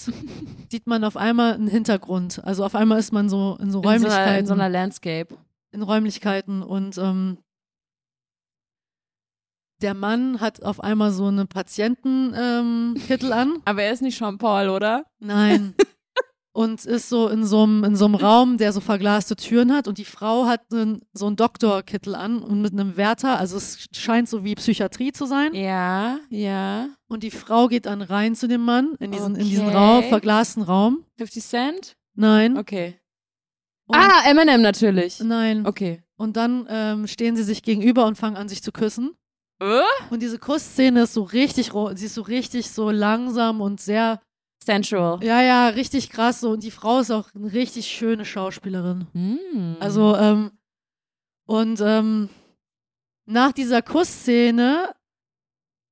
sieht man auf einmal einen Hintergrund. Also auf einmal ist man so in so
In so,
Räumlichkeiten.
einer, in so einer Landscape.
in Räumlichkeiten und ähm, der Mann hat auf einmal so eine Patientenkittel ähm, Kittel an.
Aber er ist nicht Sean Paul, oder?
Nein. Und ist so in so einem in so einem Raum, der so verglaste Türen hat und die Frau hat einen, so einen Doktorkittel an und mit einem Wärter, also es scheint so wie Psychiatrie zu sein.
Ja, ja.
Und die Frau geht dann rein zu dem Mann in diesen in diesen
Okay.
Raum, verglasten Raum.
50 Cent?
Nein.
Okay.
Und-
ah, Eminem natürlich.
Nein.
Okay.
Und dann ähm, stehen sie sich gegenüber und fangen an, sich zu küssen.
Äh?
Und diese Kussszene ist so richtig, ro- sie ist so richtig so langsam und sehr,
Sensual.
ja, ja, richtig krass so. Und die Frau ist auch eine richtig schöne Schauspielerin.
Mm.
Also, ähm, und ähm, nach dieser Kussszene,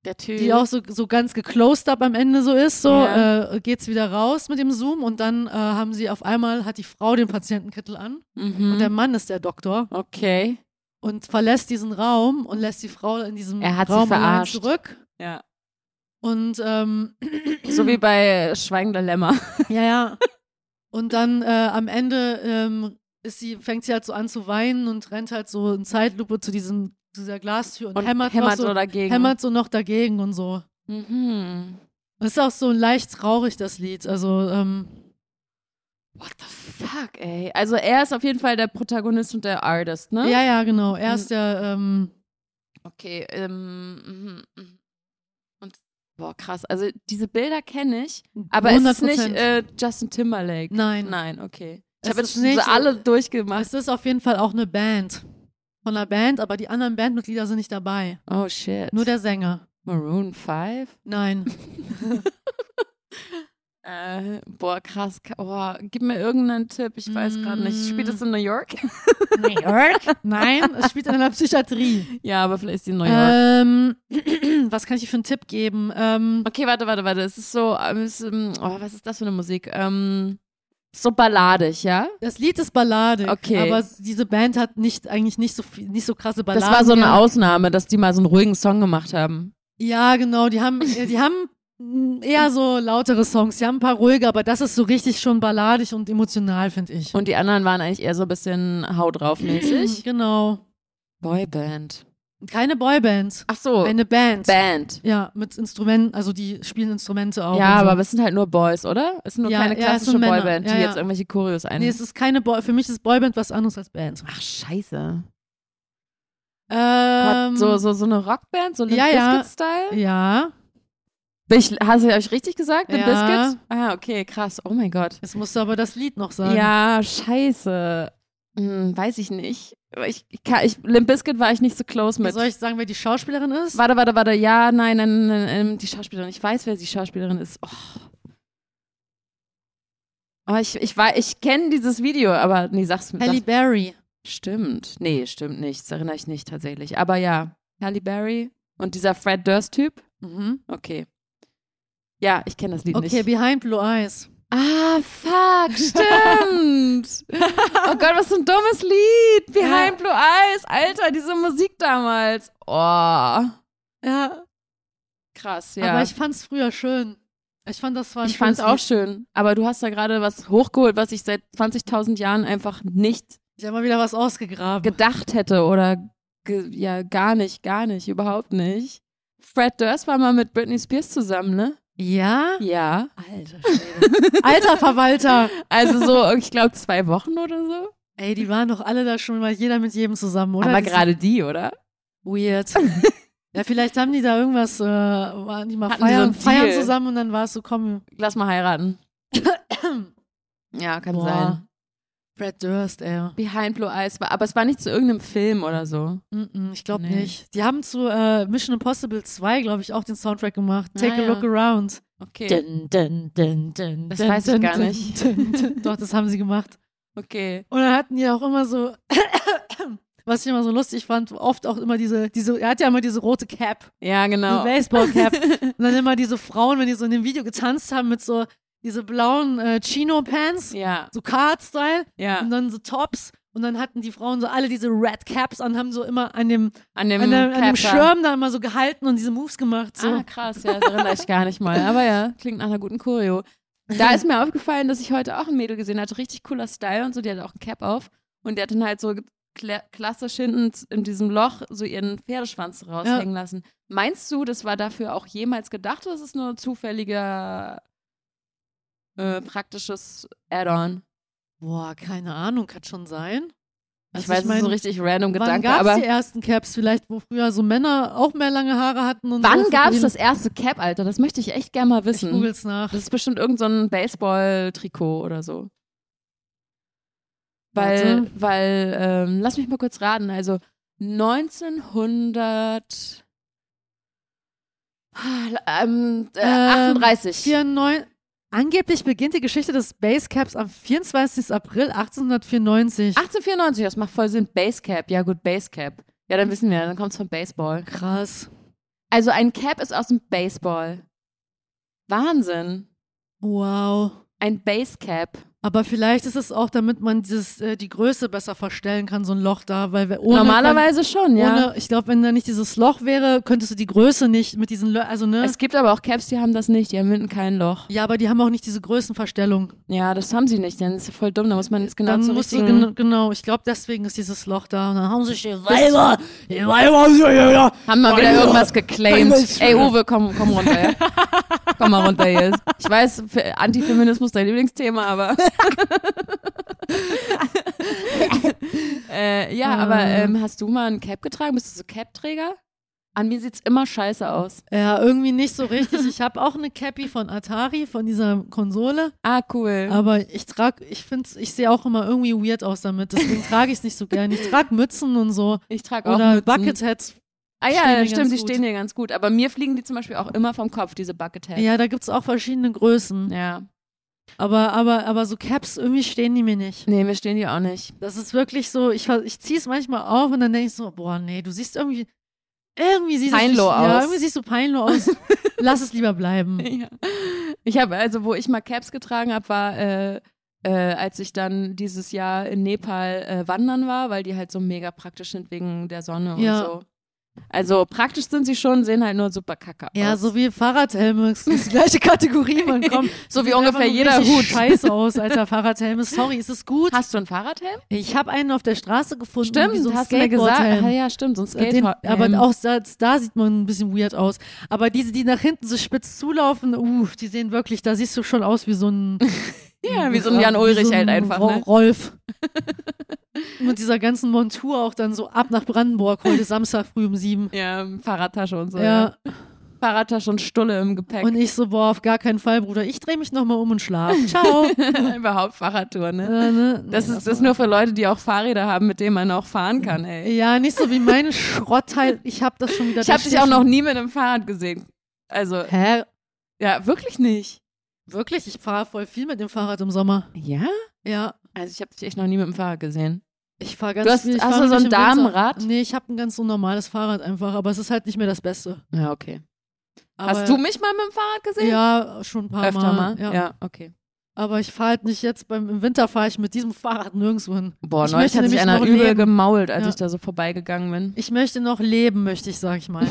der Typ.
die auch so, so ganz geclosed up am Ende so ist, so
Mhm. Ja.
äh, geht's wieder raus mit dem Zoom und dann äh, haben sie auf einmal, hat die Frau den Patientenkittel an
Mhm.
und der Mann ist der Doktor
okay.
und verlässt diesen Raum und lässt die Frau in diesem
Er hat sie
Raum allein
verarscht.
zurück.
Ja.
Und ähm,
So wie bei äh, Schweigender Lämmer.
Ja, ja. Und dann äh, am Ende ähm, ist sie, fängt sie halt so an zu weinen und rennt halt so in Zeitlupe zu diesem, zu dieser Glastür und,
Und
hämmert,
hämmert
noch so,
so dagegen.
hämmert so noch dagegen und so.
Mhm.
Das ist auch so leicht traurig, das Lied. Also, ähm,
What the fuck, ey. Also er ist auf jeden Fall der Protagonist und der Artist, ne?
ja, ja, genau. Er
Mhm.
ist der, ähm,
Okay, ähm, mhm, mhm. und boah, krass. Also diese Bilder kenne ich, aber es ist nicht
100%.
äh, Justin Timberlake.
Nein.
Nein, okay.
Es
Ich habe
ist
jetzt
nicht-
so alle durchgemacht.
es ist auf jeden Fall auch eine Band. Von einer Band, aber die anderen Bandmitglieder sind nicht dabei.
Oh shit.
Nur der Sänger.
Maroon 5?
Nein.
Äh, boah, krass. Ka- Boah, gib mir irgendeinen Tipp, ich weiß gerade nicht.
Äh.
Spielt es in New York?
New York?
Nein, es spielt in einer Psychiatrie.
ja, aber vielleicht ist die in New York.
Ähm, was kann ich dir für einen Tipp geben? Ähm,
Okay, warte, warte, warte. Es ist so, ähm, es ist, ähm, oh, was ist das für eine Musik? Ähm, so balladig, ja?
das Lied ist Ballade,
Okay.
aber s- diese Band hat nicht eigentlich nicht so viel, nicht so krasse Balladen.
Das war so eine
gehabt.
Ausnahme, dass die mal so einen ruhigen Song gemacht haben.
Ja, genau. Die haben, äh, die haben mm, eher so lautere Songs. Die haben ein paar ruhige, aber das ist so richtig schon balladig und emotional, finde ich.
Und die anderen waren eigentlich eher so ein bisschen Hau drauf mäßig.
Genau.
Boyband.
Keine Boyband,
Ach so,
eine Band.
Oh. Band.
Ja, mit Instrumenten, also die spielen Instrumente auch.
Ja,
und so.
aber es sind halt nur Boys, oder? Es sind nur
Ja,
keine
ja, es
klassische
sind Männer.
Boyband, die
Ja, ja.
jetzt irgendwelche Choreos ein.
nee, es ist keine Boy. Für mich ist Boyband was anderes als Band.
Ach, scheiße.
Ähm,
Gott, so, so, so eine Rockband, so ein
ja, ja.
Biscuit-Style?
Ja,
Ich, hast du euch richtig gesagt, ein
Ja.
Biscuit? Ah, okay, krass. Oh mein Gott.
jetzt musst du aber das Lied noch sagen.
Ja, scheiße. Hm, weiß ich nicht. Aber Ich, ich, kann- ich, Limp Bizkit war ich nicht so close mit.
Soll ich sagen, wer die Schauspielerin ist?
Warte, warte, warte. Ja, nein, nein, nein, nein, die Schauspielerin. Ich weiß, wer die Schauspielerin ist. Oh. Aber ich, ich, wei- ich kenne dieses Video, aber nee, sag's mir.
Halle
Sag,
Berry.
stimmt. Nee, stimmt nicht. Das erinnere ich nicht tatsächlich. Aber ja, Halle Berry und dieser Fred Durst-Typ.
Mhm.
Okay. Ja, ich kenne das Lied
Okay,
nicht.
Behind Blue Eyes.
Ah, fuck, stimmt. oh Gott, was für ein dummes Lied. Behind Blue Eyes. Alter, diese Musik damals. Oh.
Ja,
Krass, ja.
aber ich fand's früher schön. Ich fand das war ein
Ich fand's
schönes
auch
Lied.
schön, aber du hast da gerade was hochgeholt, was ich seit 20.000 Jahren einfach nicht
Ich hab mal wieder was ausgegraben.
gedacht hätte oder ge ja gar nicht, gar nicht, überhaupt nicht. Fred Durst war mal mit Britney Spears zusammen, ne?
ja?
Ja.
Alter Schwede. Alter Verwalter.
Also so, ich glaube zwei Wochen oder so.
Ey, die waren doch alle da schon mal jeder mit jedem zusammen, oder?
aber
Die
gerade die, oder?
sind Weird. ja, vielleicht haben die da irgendwas, äh, waren die mal
Hatten die
feiern,
so einen Deal?
feiern zusammen und dann war es so, komm,
Lass mal heiraten. ja, kann
Boah.
sein.
Brad Durst, ey.
Behind Blue Eyes war, aber es war nicht zu irgendeinem Film oder so.
Mm-mm, ich glaube
Nee.
nicht. Die haben zu äh, Mission Impossible 2, glaube ich, auch den Soundtrack gemacht. Take
Ah,
a
ja.
Look Around.
Okay.
Dun, dun, dun, dun,
Das
dun,
weiß ich
dun,
gar
dun,
nicht.
Dun, dun. Doch, das haben sie gemacht.
Okay.
Und dann hatten die auch immer so, was ich immer so lustig fand, oft auch immer diese, diese er hat ja immer diese rote Cap,
Ja,
diese
genau.
Baseball-Cap. und dann immer diese Frauen, wenn die so in dem Video getanzt haben mit so diese blauen äh, Chino-Pants,
Ja,
so Card-Style
ja.
und dann so Tops. Und dann hatten die Frauen so alle diese Red Caps an, haben so immer an dem,
An dem,
an dem, an dem
Käfer.
Schirm da immer so gehalten und diese Moves gemacht. So.
Ah, krass, ja, das erinnere ich gar nicht mal. Aber ja, klingt nach einer guten Choreo. Da ist mir aufgefallen, dass ich heute auch ein Mädel gesehen hatte, richtig cooler Style und so, die hatte auch einen Cap auf und die hat dann halt so kla klassisch hinten in diesem Loch so ihren Pferdeschwanz raushängen lassen. Meinst du, das war dafür auch jemals gedacht oder ist es nur ein zufälliger äh, praktisches Add-on?
Boah, keine Ahnung, kann schon sein. Also
Ich weiß, es ist
mein,
so ein richtig random
Wann
Gedanke,
gab es
aber
die ersten Caps vielleicht, wo früher so Männer auch mehr lange Haare hatten? Und
wann
so
gab es das erste Cap, Alter? Das möchte ich echt gerne mal
Ich
wissen.
google's nach.
Das ist bestimmt irgend so ein Baseball-Trikot oder so. Weil,
Warte.
weil, ähm, lass mich mal kurz raten. Also 1900 ähm, äh,
Ähm,
38.
49, angeblich beginnt die Geschichte des Basecaps am 24. April 1894.
1894, das macht voll Sinn. Basecap, ja gut, Basecap. Ja, dann wissen wir, dann kommt es von Baseball.
krass.
Also ein Cap ist aus dem Baseball. Wahnsinn.
Wow.
Ein Basecap.
Aber vielleicht ist es auch, damit man dieses, äh, die Größe besser verstellen kann, so ein Loch da, weil wir ohne.
Normalerweise schon,
Ohne,
ja.
Ich glaube, wenn da nicht dieses Loch wäre, könntest du die Größe nicht mit diesen, Lö also ne?
Es gibt aber auch Caps, die haben das nicht, die haben hinten kein Loch.
ja, aber die haben auch nicht diese Größenverstellung.
Ja, das haben sie nicht, denn das ist ja voll dumm. Da muss man jetzt genau
dann
zur
musst du,
richtigen...
genau, genau, ich glaube, deswegen ist dieses Loch da. Und dann haben sie
Die Weiber, die Weiber, ja, ja, ja.
haben mal wieder
Alter.
irgendwas geclaimed.
Alter.
Ey, Uwe, komm, komm runter. Ja. komm mal runter jetzt. Ich weiß, für Antifeminismus ist dein Lieblingsthema, aber... äh, ja,
Ähm.
aber ähm, hast du mal ein Cap getragen? Bist du so Cap-Träger? An mir sieht's immer scheiße aus.
Ja, irgendwie nicht so richtig. Ich habe auch eine Cappy von Atari, von dieser Konsole.
Ah, cool.
Aber ich trage, ich finde, ich sehe auch immer irgendwie weird aus damit. Deswegen trage ich es nicht so gern. Ich trage Mützen und so.
ich trage auch
Oder
Mützen.
Bucketheads.
Ah
stehen mir
ja,
ganz
stimmt, die
gut.
stehen dir ganz gut. Aber mir fliegen die zum Beispiel auch immer vom Kopf, diese Bucketheads.
Ja, da gibt es auch verschiedene Größen.
ja.
Aber, aber, aber so Caps, irgendwie stehen die mir nicht.
Nee, mir stehen die auch nicht.
Das ist wirklich so, ich, ver- ich ziehe es manchmal auf und dann denke ich so, boah, nee, du siehst irgendwie, irgendwie siehst
Peinlo
du, Ja,
aus.
irgendwie siehst du peinlo aus. Lass es lieber bleiben.
Ja. Ich habe also, wo ich mal Caps getragen habe, war, äh, äh, als ich dann dieses Jahr in Nepal äh, wandern war, weil die halt so mega praktisch sind wegen der Sonne
Ja.
und so. Also praktisch sind sie schon, sehen halt nur super kacke aus.
Ja, so wie Fahrradhelme, das ist die gleiche Kategorie, man kommt.
so wie
Sieht
ungefähr
einfach nur
jeder
richtig
Hut.
scheiße aus, alter Fahrradhelm. Sorry, ist es gut?
Hast du einen Fahrradhelm?
Ich habe einen auf der Straße gefunden.
Stimmt,
wie so ein
hast du mir gesagt.
Skateboardhelm. Äh,
Ah, ja, stimmt, so ein
Den,
Skateboardhelm.
aber auch da, da sieht man ein bisschen weird aus. Aber diese, die nach hinten so spitz zulaufen, uh, die sehen wirklich, da siehst du schon aus wie so ein.
Ja, wie so ein Jan Ulrich halt einfach,
Ro-
ne?
Rolf. Mit dieser ganzen Montur auch dann so ab nach Brandenburg heute Samstag früh um sieben.
Ja, ähm, Fahrradtasche und so.
Ja.
Fahrradtasche und Stulle im Gepäck.
Und ich so, boah, auf gar keinen Fall, Bruder. Ich drehe mich nochmal um und schlafe. Ciao.
Überhaupt Fahrradtour,
äh,
ne?
ne?
Das
Nee,
ist das ist nur für Leute, die auch Fahrräder haben, mit denen man auch fahren kann, ey.
Ja, nicht so wie meine Schrottteil. Ich hab das schon wieder.
Ich habe
da
dich auch
steht
noch nie mit einem Fahrrad gesehen. Also,
schon- Hä?
ja, wirklich nicht.
Wirklich? Ich fahre voll viel mit dem Fahrrad im Sommer.
Ja?
Ja.
Also, ich habe dich echt noch nie mit dem Fahrrad gesehen.
Ich fahre ganz
Du hast-
viel. Ich
hast
fahr nur
du so ein
nicht im Winter.
Damenrad?
Nee, ich habe ein ganz so normales Fahrrad einfach, aber es ist halt nicht mehr das Beste.
Ja, okay.
Aber
hast du mich mal mit dem Fahrrad gesehen?
Ja, schon ein paar
Öfter mal?
Ja.
okay.
Aber ich fahre halt nicht jetzt, beim, im Winter fahre ich mit diesem Fahrrad nirgendwo hin.
Boah,
Ich
neulich
möchte
hat sich
nämlich
einer
noch
übel
leben.
gemault, als
Ja.
ich da so vorbeigegangen bin.
Ich möchte noch leben, möchte ich, sag ich mal.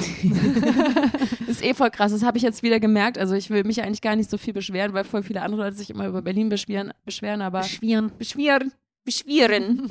Ist eh voll krass, das habe ich jetzt wieder gemerkt. Also, ich will mich eigentlich gar nicht so viel beschweren, weil voll viele andere Leute sich immer über Berlin beschweren, beschweren aber.
Schwieren.
Beschweren. Beschweren.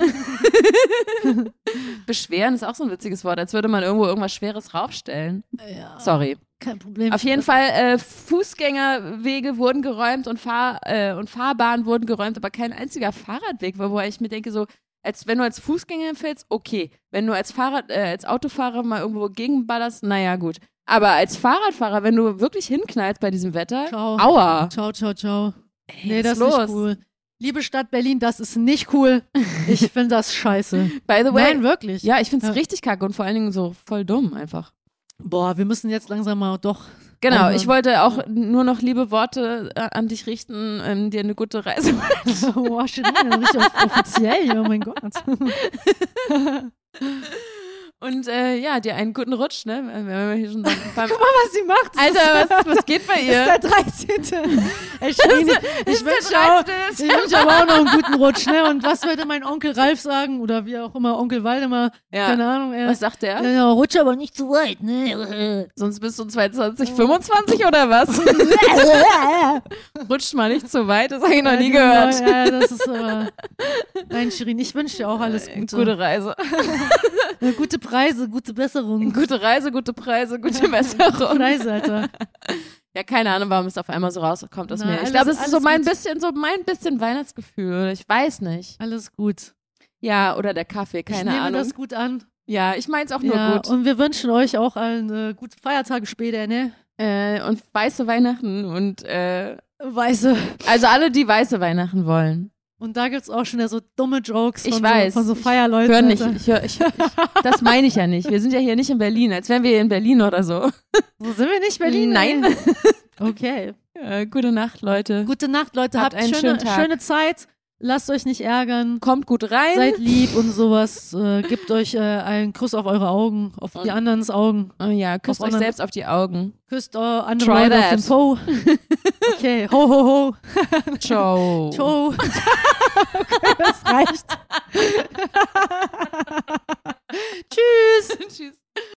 Beschweren ist auch so ein witziges Wort, als würde man irgendwo irgendwas Schweres raufstellen.
Ja,
Sorry.
kein Problem.
Auf jeden Fall, äh, Fußgängerwege wurden geräumt und, Fahr äh, und Fahrbahnen wurden geräumt, aber kein einziger Fahrradweg, war, wo ich mir denke, so, als wenn du als Fußgänger fällst, okay. Wenn du als Fahrrad, äh, als Autofahrer mal irgendwo gegenballerst, naja, gut. Aber als Fahrradfahrer, wenn du wirklich hinknallst bei diesem Wetter,
Ciao.
aua.
Ciao, ciao, ciao.
Ey,
Nee,
was
das
ist los?
ist nicht cool. Liebe Stadt Berlin, das ist nicht cool. Ich finde das scheiße.
By the way,
Nein, wirklich.
Ja, ich find's
Ja.
richtig kacke und vor allen Dingen so voll dumm einfach.
Boah, wir müssen jetzt langsam mal doch
Genau,
Also-
ich wollte auch nur noch liebe Worte äh, an dich richten, ähm, dir eine gute Reise.
Boah, schon wieder noch nicht off- offiziell, oh mein Gott.
Und äh, ja, dir einen guten Rutsch, ne? Wenn wir hier schon beim
Guck mal, was sie macht. Das
Alter, was, was geht bei
ist
ihr?
der 13. Ey, Schrini, ich wünsche auch,
13..
ich wünsche aber auch noch einen guten Rutsch. Ne? Und was würde mein Onkel Ralf sagen? Oder wie auch immer, Onkel Waldemar.
Ja.
Keine Ahnung. Er,
Was sagt
genau. ja,
der?
ja, rutsch aber nicht.
Nicht zu weit, ne?
Sonst bist du 22, 25 oder was? Rutscht mal nicht so weit, das habe ich noch
Ja,
nie
genau,
gehört.
Ja, das ist aber... Nein, Shirin, ich wünsche dir auch alles Gute.
Gute Reise.
Äh, gute Preise, gute Besserung.
Gute Reise, gute Preise, gute Besserung.
Preise, Alter.
Ja, keine Ahnung, warum es auf einmal so rauskommt aus
Na,
mir. Ich
alles-
glaube, es ist so
alles
mein
gut.
bisschen, so mein bisschen Weihnachtsgefühl. Ich weiß nicht.
Alles gut.
Ja, oder der Kaffee,
ich
keine
nehme
Ahnung.
das gut an.
Ja, ich meins auch nur
Ja,
gut.
und wir wünschen euch auch allen äh, gute Feiertage später, ne?
äh, und weiße Weihnachten und äh,
Weiße.
also alle, die weiße Weihnachten wollen.
Und da gibt's auch schon wieder so dumme Jokes
Ich
von,
weiß.
So, von so Feierleuten.
Hör nicht,
Alter.
ich hör, ich, ich, das meine ich ja nicht. Wir sind ja hier nicht in Berlin, als wären wir hier in Berlin oder so.
So sind wir nicht, Berlin?
Nein.
ey. Okay.
Äh, gute Nacht, Leute.
Gute Nacht, Leute.
Habt
Habt,
einen
schöne,
schönen Tag.
schöne Zeit. Lasst euch nicht ärgern.
Kommt gut rein.
Seid lieb und sowas. Äh, gebt euch äh, einen Kuss auf eure Augen, auf
Und-
die anderen Augen.
oh, ja, küsst
Auf
euch
anderen-
selbst auf die Augen.
Küsst äh, andere
Try
Leute auf
that. Oh.
den Po. Okay, ho, ho, ho.
Ciao.
Ciao. okay, das reicht. Tschüss.
Tschüss.